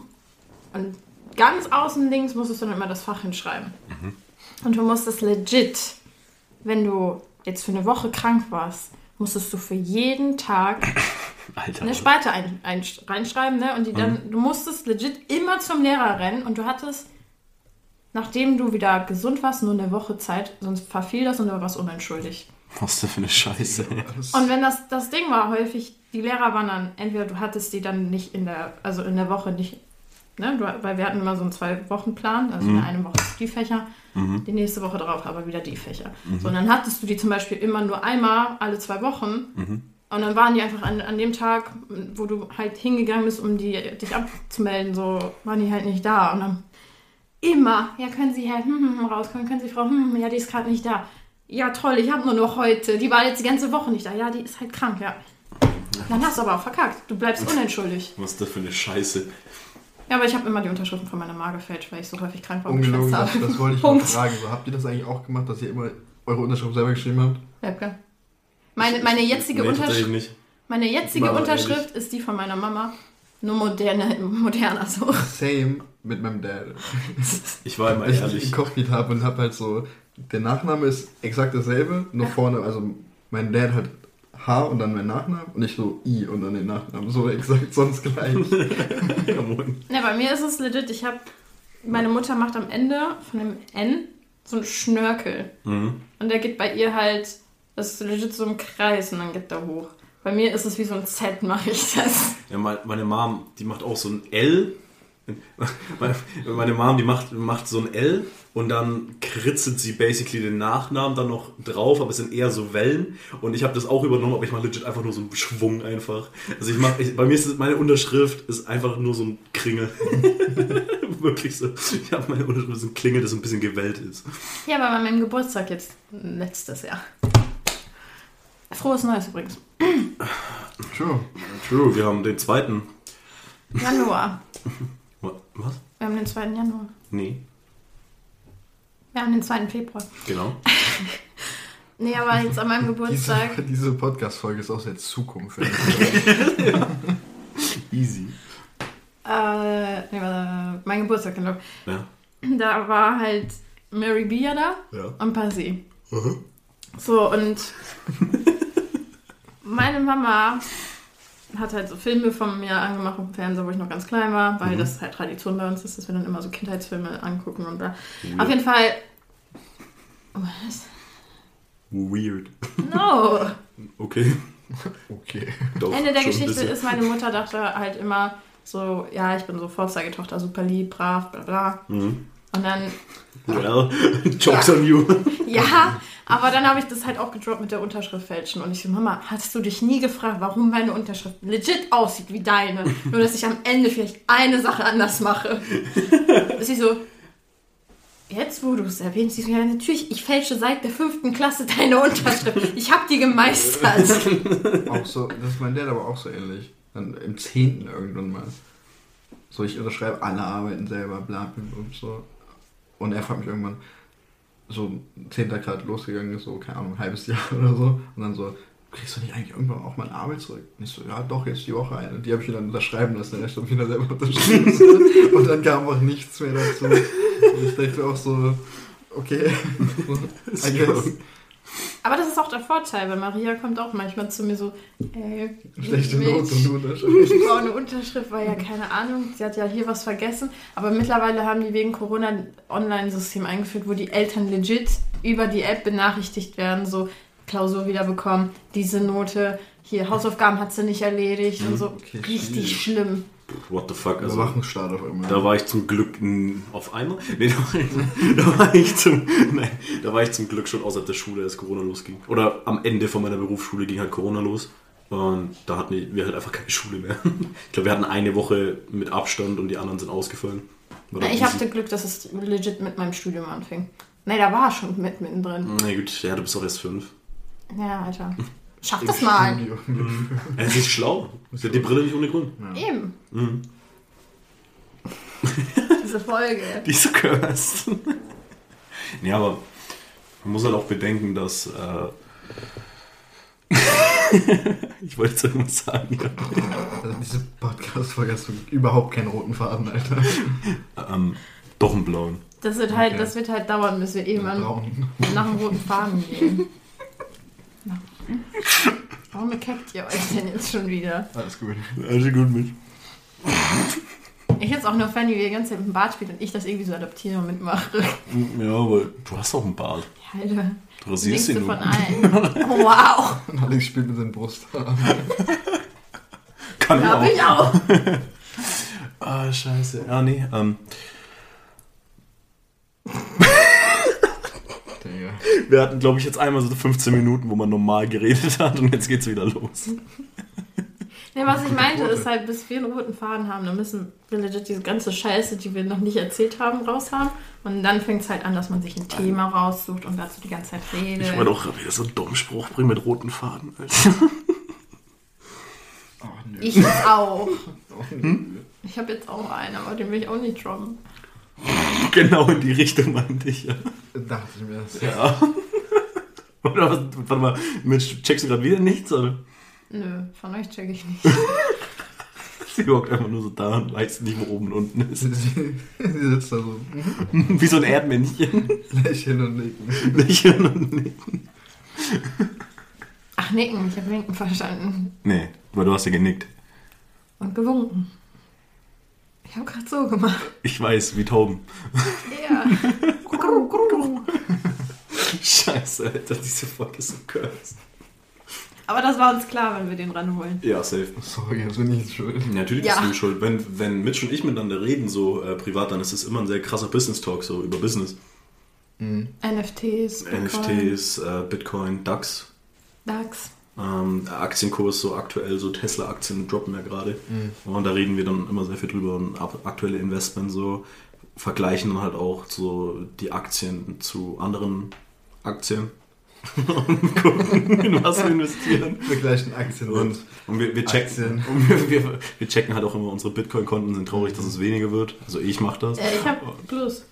Speaker 1: und ganz außen links musstest du dann immer das Fach hinschreiben. Und du musstest legit, wenn du jetzt für eine Woche krank warst, musstest du für jeden Tag
Speaker 2: Alter.
Speaker 1: eine Spalte ein, ein, reinschreiben, ne? Und die dann, du musstest legit immer zum Lehrer rennen und du hattest, nachdem du wieder gesund warst, nur eine Woche Zeit, sonst verfiel das und du warst unentschuldigt.
Speaker 2: Was ist denn für eine Scheiße, ey?
Speaker 1: Und wenn das, das Ding war, häufig, die Lehrer waren dann, entweder du hattest die dann nicht in der, also in der Woche nicht, ne, du, weil wir hatten immer so einen Zwei-Wochen-Plan, also in einer Woche die Fächer, die nächste Woche drauf aber wieder die Fächer. So, und dann hattest du die zum Beispiel immer nur einmal alle zwei Wochen und dann waren die einfach an, an dem Tag, wo du halt hingegangen bist, um die, dich abzumelden, so waren die halt nicht da und dann immer, ja können Sie Herr hm, hm, hm, rauskommen, können Sie Frau hm, ja die ist gerade nicht da. Ja toll, ich habe nur noch heute, die war jetzt die ganze Woche nicht da, ja die ist halt krank, ja. Dann hast du aber auch verkackt. Du bleibst unentschuldigt.
Speaker 2: Was ist das für eine Scheiße?
Speaker 1: Ja, aber ich habe immer die Unterschriften von meiner Ma gefälscht, weil ich so häufig krank war und
Speaker 3: Ungelogen,
Speaker 1: geschwitzt
Speaker 3: das,
Speaker 1: habe.
Speaker 3: das wollte ich mal
Speaker 1: Punkt.
Speaker 3: fragen. So, habt ihr das eigentlich auch gemacht, dass ihr immer eure Unterschrift selber geschrieben habt?
Speaker 1: Bleibt meine, meine jetzige,
Speaker 2: Nee, tatsächlich
Speaker 1: Untersch
Speaker 2: nicht.
Speaker 1: meine jetzige
Speaker 2: Mama,
Speaker 1: Unterschrift ist die von meiner Mama. Nur moderne, moderner so.
Speaker 3: Same mit meinem Dad.
Speaker 2: Ich war immer
Speaker 3: Weil ich
Speaker 2: ehrlich.
Speaker 3: ehrlich. gekopiert habe und habe halt so, der Nachname ist exakt dasselbe, nur vorne, also mein Dad hat H und dann mein Nachname und ich so I und dann den Nachnamen, so exakt sonst gleich.
Speaker 2: Ja, moin.
Speaker 1: Ne, bei mir ist es legit. Ich habe meine Mutter macht am Ende von dem N so einen Schnörkel
Speaker 2: Mhm.
Speaker 1: und der geht bei ihr halt, das ist legit so im Kreis und dann geht der hoch. Bei mir ist es wie so ein Z mache ich das.
Speaker 2: Ja, mein- meine Mom, die macht auch so ein L. Meine- Meine Mom, die macht, macht so ein L und dann kritzelt sie basically den Nachnamen dann noch drauf, aber es sind eher so Wellen. Und ich habe das auch übernommen, aber ich mache legit einfach nur so einen Schwung einfach. Also ich mache, ich, bei mir ist es, meine Unterschrift ist einfach nur so ein Kringel. Wirklich so. Ich habe meine Unterschrift ist ein Klingel, das ein bisschen gewellt ist.
Speaker 1: Ja, aber bei meinem Geburtstag jetzt letztes Jahr. Frohes Neues übrigens.
Speaker 3: True.
Speaker 2: True, wir haben den zweiten.
Speaker 1: Januar.
Speaker 2: Wa- Was?
Speaker 1: Wir haben den 2. Januar.
Speaker 2: Nee,
Speaker 1: Wir haben den 2. Februar.
Speaker 2: genau.
Speaker 1: Nee, aber jetzt an meinem
Speaker 3: Diese,
Speaker 1: Geburtstag.
Speaker 3: diese Podcast-Folge ist aus der Zukunft.
Speaker 2: Easy.
Speaker 1: Äh, nee, warte, mein Geburtstag, genau.
Speaker 2: Ja.
Speaker 1: Da war halt Mary B. ja da
Speaker 2: Ja. Mhm.
Speaker 1: und Pasi. So, und meine Mama hat halt so Filme von mir angemacht auf dem Fernseher, wo ich noch ganz klein war,
Speaker 2: Mhm.
Speaker 1: weil das halt Tradition bei uns ist, dass wir dann immer so Kindheitsfilme angucken und bla. Auf jeden Fall. Was?
Speaker 2: Weird.
Speaker 1: No!
Speaker 2: Okay.
Speaker 3: Okay.
Speaker 2: Doch,
Speaker 1: Ende der
Speaker 2: schon ein
Speaker 1: Geschichte
Speaker 2: bisschen.
Speaker 1: ist, meine Mutter dachte halt immer so, ja, ich bin so Vorzeigetochter, super lieb, brav, bla bla.
Speaker 2: Mhm.
Speaker 1: Und dann,
Speaker 2: Well, jokes on you.
Speaker 1: ja, aber dann habe ich das halt auch gedroppt mit der Unterschrift fälschen. Und ich so, Mama, hast du dich nie gefragt, warum meine Unterschrift legit aussieht wie deine? Nur, dass ich am Ende vielleicht eine Sache anders mache. Und sie so, jetzt, wo du es erwähnst, sie so, ja, natürlich, ich fälsche seit der fünften Klasse deine Unterschrift. Ich habe die gemeistert.
Speaker 3: Auch so, das ist mein Dad aber auch so ähnlich. Dann im 10. irgendwann mal. So, ich unterschreibe, alle arbeiten selber, bla bla bla und so. Und er fragt mich irgendwann, so 10. gerade losgegangen ist, so, keine Ahnung, ein halbes Jahr oder so. Und dann so, kriegst du nicht eigentlich irgendwann auch mal eine Arbeit zurück? Und ich so, ja doch, jetzt die Woche ein. Und die habe ich ihn dann unterschreiben lassen, der Rest habe ich wieder selber unterschrieben. So. und dann kam auch nichts mehr dazu. Und ich dachte auch so, okay. I guess.
Speaker 1: Aber das ist auch der Vorteil, weil Maria kommt auch manchmal zu mir so, äh, ey,
Speaker 3: Schlechte Note und
Speaker 1: Milch,
Speaker 3: du unterschreibst.
Speaker 1: ich brauche eine Unterschrift, weil ja keine Ahnung, sie hat ja hier was vergessen. Aber mittlerweile haben die wegen Corona ein Online-System eingeführt, wo die Eltern legit über die App benachrichtigt werden, so Klausur wiederbekommen, diese Note, hier Hausaufgaben hat sie nicht erledigt und so.
Speaker 3: okay,
Speaker 1: Richtig
Speaker 3: schwierig.
Speaker 1: schlimm.
Speaker 2: What the fuck? Also,
Speaker 3: Überwachungsstaat auf einmal.
Speaker 2: da war ich zum Glück n- auf einmal. Nee, da war, ich, da war ich zum. Nein, da war ich zum Glück schon außerhalb der Schule, als Corona losging. Oder am Ende von meiner Berufsschule ging halt Corona los. Und da hatten wir halt einfach keine Schule mehr. Ich glaube, wir hatten eine Woche mit Abstand und die anderen sind ausgefallen. War doch
Speaker 1: ich
Speaker 2: easy.
Speaker 1: hatte Glück, dass es legit mit meinem Studium anfing. Nee, da war schon mit mittendrin.
Speaker 2: Na gut, ja, du bist doch erst fünf.
Speaker 1: Ja, Alter. Schaff
Speaker 3: Im
Speaker 1: das mal.
Speaker 3: Studio.
Speaker 2: Er ist nicht schlau. Sie hat die Brille nicht ohne Grund.
Speaker 1: Eben.
Speaker 2: Mhm.
Speaker 1: Diese Folge.
Speaker 2: Die ist so cursed. nee, aber man muss halt auch bedenken, dass. Äh ich wollte jetzt irgendwas sagen.
Speaker 3: Also diese Podcast-Folge hast du überhaupt keinen roten Faden, Alter.
Speaker 2: Ja. Ähm, doch einen blauen.
Speaker 1: Das wird halt,
Speaker 3: Okay.
Speaker 1: das wird halt dauern, bis wir irgendwann
Speaker 3: Braun.
Speaker 1: nach dem roten Faden gehen. Na. Warum bekeckt ihr euch denn jetzt schon wieder?
Speaker 3: Alles gut.
Speaker 2: Also gut mit.
Speaker 1: Ich hätte es auch nur fern, wie wir die ganze Zeit mit dem Bart spielt und ich das irgendwie so adoptiere und mitmache.
Speaker 4: Ja, aber du hast auch einen Bart.
Speaker 1: Alter.
Speaker 4: Du rasierst
Speaker 1: Längste
Speaker 4: ihn
Speaker 1: von
Speaker 4: nur.
Speaker 1: allen. Oh, Wow.
Speaker 3: Und Alex spielt mit seinen Brusthaaren.
Speaker 4: Kann
Speaker 1: Hab ich
Speaker 4: ich auch.
Speaker 1: auch.
Speaker 4: Ah, scheiße. Ja, nee. Ähm,
Speaker 3: Digga.
Speaker 4: wir hatten, glaube ich, jetzt einmal so 15 Minuten, wo man normal geredet hat und jetzt geht's wieder los.
Speaker 1: Nee, was ich meinte,
Speaker 3: Quote.
Speaker 1: ist halt, bis wir einen roten Faden haben, dann müssen wir legit diese ganze Scheiße, die wir noch nicht erzählt haben, raushaben. Und dann fängt es halt an, dass man sich ein Thema raussucht und dazu die ganze Zeit redet.
Speaker 4: Ich wollte auch wieder so einen dummen Spruch bringen mit roten Faden. Alter.
Speaker 3: Oh, nö.
Speaker 1: Ich jetzt auch.
Speaker 3: Oh, nö.
Speaker 4: Hm?
Speaker 1: Ich habe jetzt auch einen, aber den will ich auch nicht droppen.
Speaker 4: genau in die Richtung meinte ich. Ja.
Speaker 3: Dachte ich mir das.
Speaker 4: Oder was, warte mal, Mitch, checkst du gerade wieder nichts? Oder?
Speaker 1: Nö, von euch check ich nicht.
Speaker 4: Sie hockt einfach nur so da und weiß nicht, wo oben und unten ist.
Speaker 3: Sie, sie, sie sitzt da so
Speaker 4: Wie so ein Erdmännchen.
Speaker 3: lächeln und nicken.
Speaker 4: Lächeln und nicken.
Speaker 1: Ach, nicken, ich habe winken verstanden.
Speaker 4: Nee, aber du hast ja genickt.
Speaker 1: Und gewunken. Ich habe gerade so gemacht.
Speaker 4: Ich weiß, wie Tauben.
Speaker 1: Ja. Gru, gru.
Speaker 4: Scheiße, Alter, diese Folge ist so cursed.
Speaker 1: aber das war uns klar, wenn wir den ranholen.
Speaker 4: Ja, safe.
Speaker 3: Sorry, also das bin ich schuld.
Speaker 4: Natürlich
Speaker 1: Ja.
Speaker 4: bist du schuld. Wenn, wenn Mitch und ich miteinander reden, so äh, privat, dann ist es immer ein sehr krasser Business-Talk, so über Business.
Speaker 1: NFTs, Bitcoin,
Speaker 4: NFTs, äh, Bitcoin, DAX,
Speaker 1: DAX.
Speaker 4: ähm, Aktienkurs, so aktuell, so Tesla-Aktien droppen ja gerade. Und da reden wir dann immer sehr viel drüber und ab, aktuelle Investments so vergleichen dann halt auch so die Aktien zu anderen Aktien und gucken, in was wir investieren.
Speaker 3: Wir gleichen Aktien
Speaker 4: Und,
Speaker 3: und.
Speaker 4: und wir, wir, checken,
Speaker 3: Aktien.
Speaker 4: und wir, wir, wir checken halt auch immer unsere Bitcoin-Konten, sind traurig, dass es weniger wird. Also ich mache das.
Speaker 1: Äh, ich habe Plus.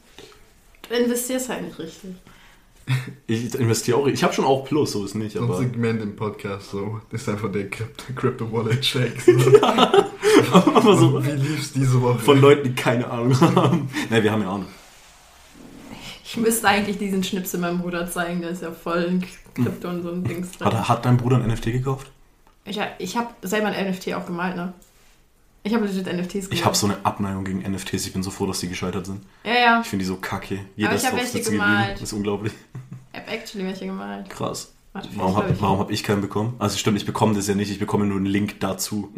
Speaker 1: Du investierst halt nicht richtig.
Speaker 4: Ich investiere auch. Ich habe schon auch Plus, so ist nicht,
Speaker 3: So ein
Speaker 4: aber.
Speaker 3: Segment im Podcast, so, das ist einfach der Crypto, Crypto Wallet Check.
Speaker 4: aber so
Speaker 3: Wie lief's diese Woche?
Speaker 4: von Leuten, die keine Ahnung haben. Nein, wir haben ja Ahnung.
Speaker 1: Ich müsste eigentlich diesen Schnipsel meinem Bruder zeigen, der ist ja voll in Krypto und so ein Dings drin.
Speaker 4: Hat, er- hat dein Bruder ein NFT gekauft?
Speaker 1: Ich, ich habe selber ein NFT auch gemalt, ne? Ich habe legit NFTs gemalt.
Speaker 4: Ich habe so eine Abneigung gegen NFTs. Ich bin so froh, dass die gescheitert sind.
Speaker 1: Ja, ja.
Speaker 4: Ich finde die so kacke.
Speaker 1: Aber
Speaker 4: Jeder
Speaker 1: ich
Speaker 4: ist
Speaker 1: hab
Speaker 4: auf
Speaker 1: welche
Speaker 4: Sitzen geblieben.
Speaker 1: gemalt.
Speaker 4: Das ist unglaublich.
Speaker 1: Ich habe actually welche gemalt.
Speaker 4: Krass.
Speaker 1: Warte,
Speaker 4: Warum
Speaker 1: vielleicht
Speaker 4: habe
Speaker 1: glaub
Speaker 4: warum hab ich keinen bekommen? Also stimmt, ich bekomme das ja nicht. Ich bekomme nur einen Link dazu.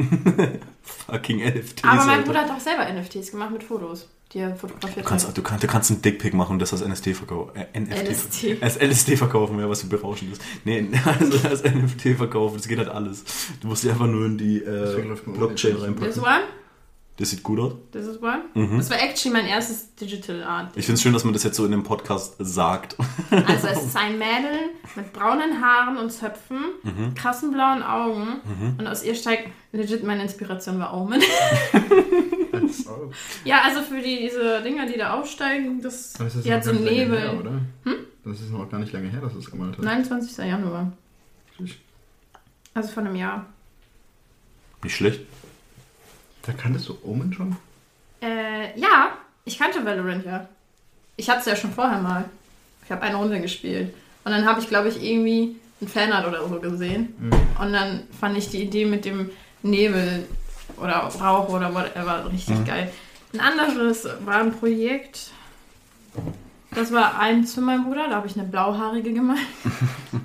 Speaker 4: Fucking NFTs.
Speaker 1: Aber mein
Speaker 4: Alter.
Speaker 1: Bruder hat auch selber NFTs gemacht mit Fotos, die er fotografiert
Speaker 4: Du kannst,
Speaker 1: hat.
Speaker 4: du, kannst, du kannst einen Dickpick machen und das als NST verkaufen. Äh, NFT,
Speaker 1: LSD.
Speaker 4: Als LSD verkaufen, ja, was so berauschend ist. Nee, also als NFT verkaufen, das geht halt alles. Du musst dich einfach nur in die äh,
Speaker 3: Deswegen läuft man
Speaker 4: Blockchain
Speaker 3: ohne.
Speaker 1: This
Speaker 4: reinpacken.
Speaker 1: one,
Speaker 4: Das sieht gut aus.
Speaker 1: this is one.
Speaker 4: Mhm.
Speaker 1: Das war actually mein erstes Digital Art.
Speaker 4: Ich finde es schön, dass man das jetzt so in dem Podcast sagt.
Speaker 1: Also es ist ein Mädel mit braunen Haaren und Zöpfen,
Speaker 4: Mhm.
Speaker 1: krassen blauen Augen und aus ihr steigt legit meine Inspiration war Omen.
Speaker 3: Oh.
Speaker 1: ja, also für die, diese Dinger, die da aufsteigen, das,
Speaker 3: Aber es ist
Speaker 1: die hat
Speaker 3: noch
Speaker 1: so
Speaker 3: gar
Speaker 1: einen
Speaker 3: nicht lange Her,
Speaker 1: Nebel. Hm?
Speaker 3: oder? Das ist noch gar nicht lange her, dass du es gemalt hast.
Speaker 1: 29. Januar. Also von einem Jahr.
Speaker 4: Nicht schlecht.
Speaker 3: Da kanntest du Omen schon?
Speaker 1: Äh, ja, ich kannte Valorant ja. Ich hatte es ja schon vorher mal. Ich habe eine Runde gespielt. Und dann habe ich, glaube ich, irgendwie ein Fanart oder so gesehen. Und dann fand ich die Idee mit dem Nebel oder Rauch oder whatever richtig geil. Ein anderes war ein Projekt. Das war eins für meinen Bruder, da habe ich eine blauhaarige gemalt.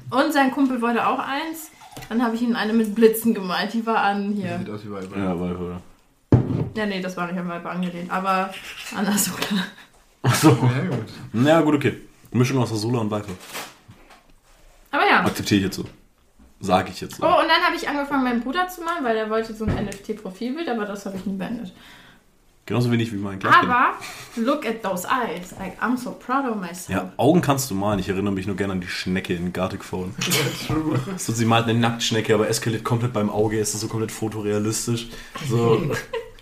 Speaker 1: Und sein Kumpel wollte auch eins. Dann habe ich ihm eine mit Blitzen gemalt. Die war an hier.
Speaker 3: Sieht aus wie Weiber.
Speaker 4: Ja, weil, oder?
Speaker 1: Ja, nee, das war nicht an Weiber angelehnt, aber an Asuka.
Speaker 4: Achso.
Speaker 3: Ja, gut.
Speaker 4: Ja, gut, okay. Mischung aus Sola und Viper.
Speaker 1: Aber ja.
Speaker 4: Akzeptiere ich jetzt so. Sage ich jetzt so.
Speaker 1: Oh, und dann habe ich angefangen, meinen Bruder zu malen, weil er wollte so ein NFT-Profilbild, aber das habe ich nie beendet.
Speaker 4: Genauso wenig wie mein Gleichkind.
Speaker 1: Aber look at those eyes. Like, I'm so proud of myself.
Speaker 4: Ja, Augen kannst du malen. Ich erinnere mich nur gerne an die Schnecke in Gartic Phone. so, sie malt eine Nacktschnecke, aber eskaliert komplett beim Auge. Es ist so komplett fotorealistisch. So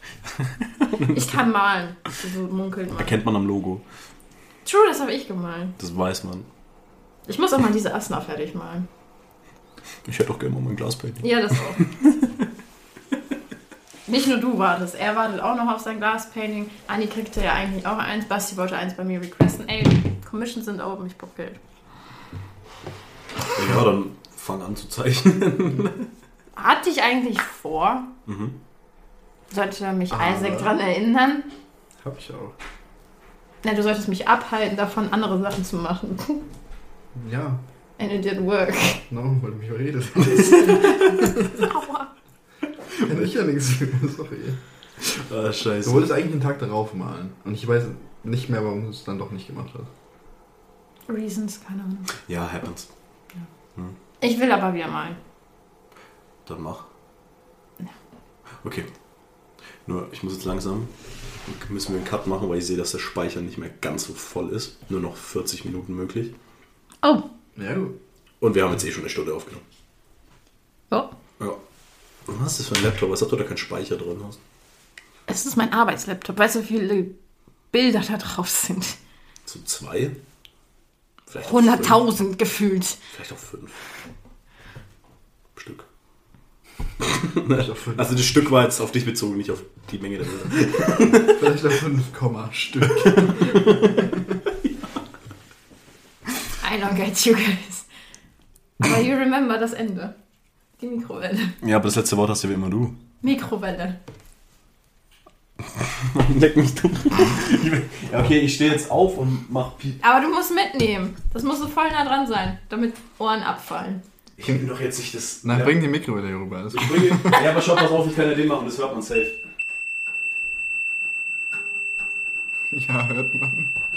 Speaker 1: Ich kann malen. So munkelt man.
Speaker 4: erkennt man am Logo.
Speaker 1: True, das habe ich gemalt.
Speaker 4: Das weiß man.
Speaker 1: Ich muss auch mal diese Asna fertig malen.
Speaker 4: Ich hätte auch gerne mal mein Glas painting.
Speaker 1: Ja, das auch. Nicht nur du wartest, er wartet auch noch auf sein Glaspainting. Anni kriegte ja eigentlich auch eins, Basti wollte eins bei mir requesten. Ey, Commissions sind oben, ich brauch Geld.
Speaker 4: Ja, dann fang an zu zeichnen. Mhm.
Speaker 1: Hatte ich eigentlich vor, sollte mich
Speaker 3: Ah.
Speaker 1: Isaac dran erinnern.
Speaker 3: Hab ich auch.
Speaker 1: Na, du solltest mich abhalten, davon andere Sachen zu machen.
Speaker 3: Ja,
Speaker 1: And it did work.
Speaker 3: no, weil du mich überredet.
Speaker 1: Aua.
Speaker 3: Kann ich ja nichts für, sorry.
Speaker 4: Ah, scheiße.
Speaker 3: Du wolltest eigentlich den Tag darauf malen. Und ich weiß nicht mehr, warum du es dann doch nicht gemacht hast.
Speaker 1: Reasons, keine Ahnung.
Speaker 4: Ja, happens.
Speaker 1: Ich will aber wieder malen.
Speaker 4: Dann mach.
Speaker 1: Ja.
Speaker 4: Okay. Nur, ich muss jetzt langsam. Müssen wir einen Cut machen, weil ich sehe, dass der Speicher nicht mehr ganz so voll ist. Nur noch 40 Minuten möglich.
Speaker 1: Oh.
Speaker 3: Ja, gut.
Speaker 4: Und wir haben jetzt eh schon eine Stunde aufgenommen.
Speaker 1: Oh.
Speaker 4: Ja. Was ist das für ein Laptop? Als ob du da keinen Speicher drin hast.
Speaker 1: Es ist mein Arbeitslaptop. Weißt du, wie viele Bilder da drauf sind?
Speaker 4: Zu zwei? Vielleicht auch fünf.
Speaker 1: 100.000 gefühlt.
Speaker 4: Vielleicht auch fünf. Stück.
Speaker 3: Vielleicht auch fünf.
Speaker 4: Also das Stück war jetzt auf dich bezogen, nicht auf die Menge der Bilder.
Speaker 3: Vielleicht auch fünf Komma Stück.
Speaker 1: I don't get you guys. Aber you remember das Ende. Die Mikrowelle.
Speaker 4: Ja, aber das letzte Wort hast ja wie immer du.
Speaker 1: Mikrowelle.
Speaker 4: Leck mich dumm. ja, okay, ich stehe jetzt auf und mach Piep.
Speaker 1: Aber du musst mitnehmen. Das musst du voll nah dran sein, damit Ohren abfallen.
Speaker 4: Ich nehme doch jetzt nicht das...
Speaker 3: Na,
Speaker 4: ja.
Speaker 3: bring die Mikro wieder hier rüber. Alles
Speaker 4: Ich bringe... Ja, aber schau, pass auf, ich kann ja den machen, das hört man safe.
Speaker 3: Ja, hört man.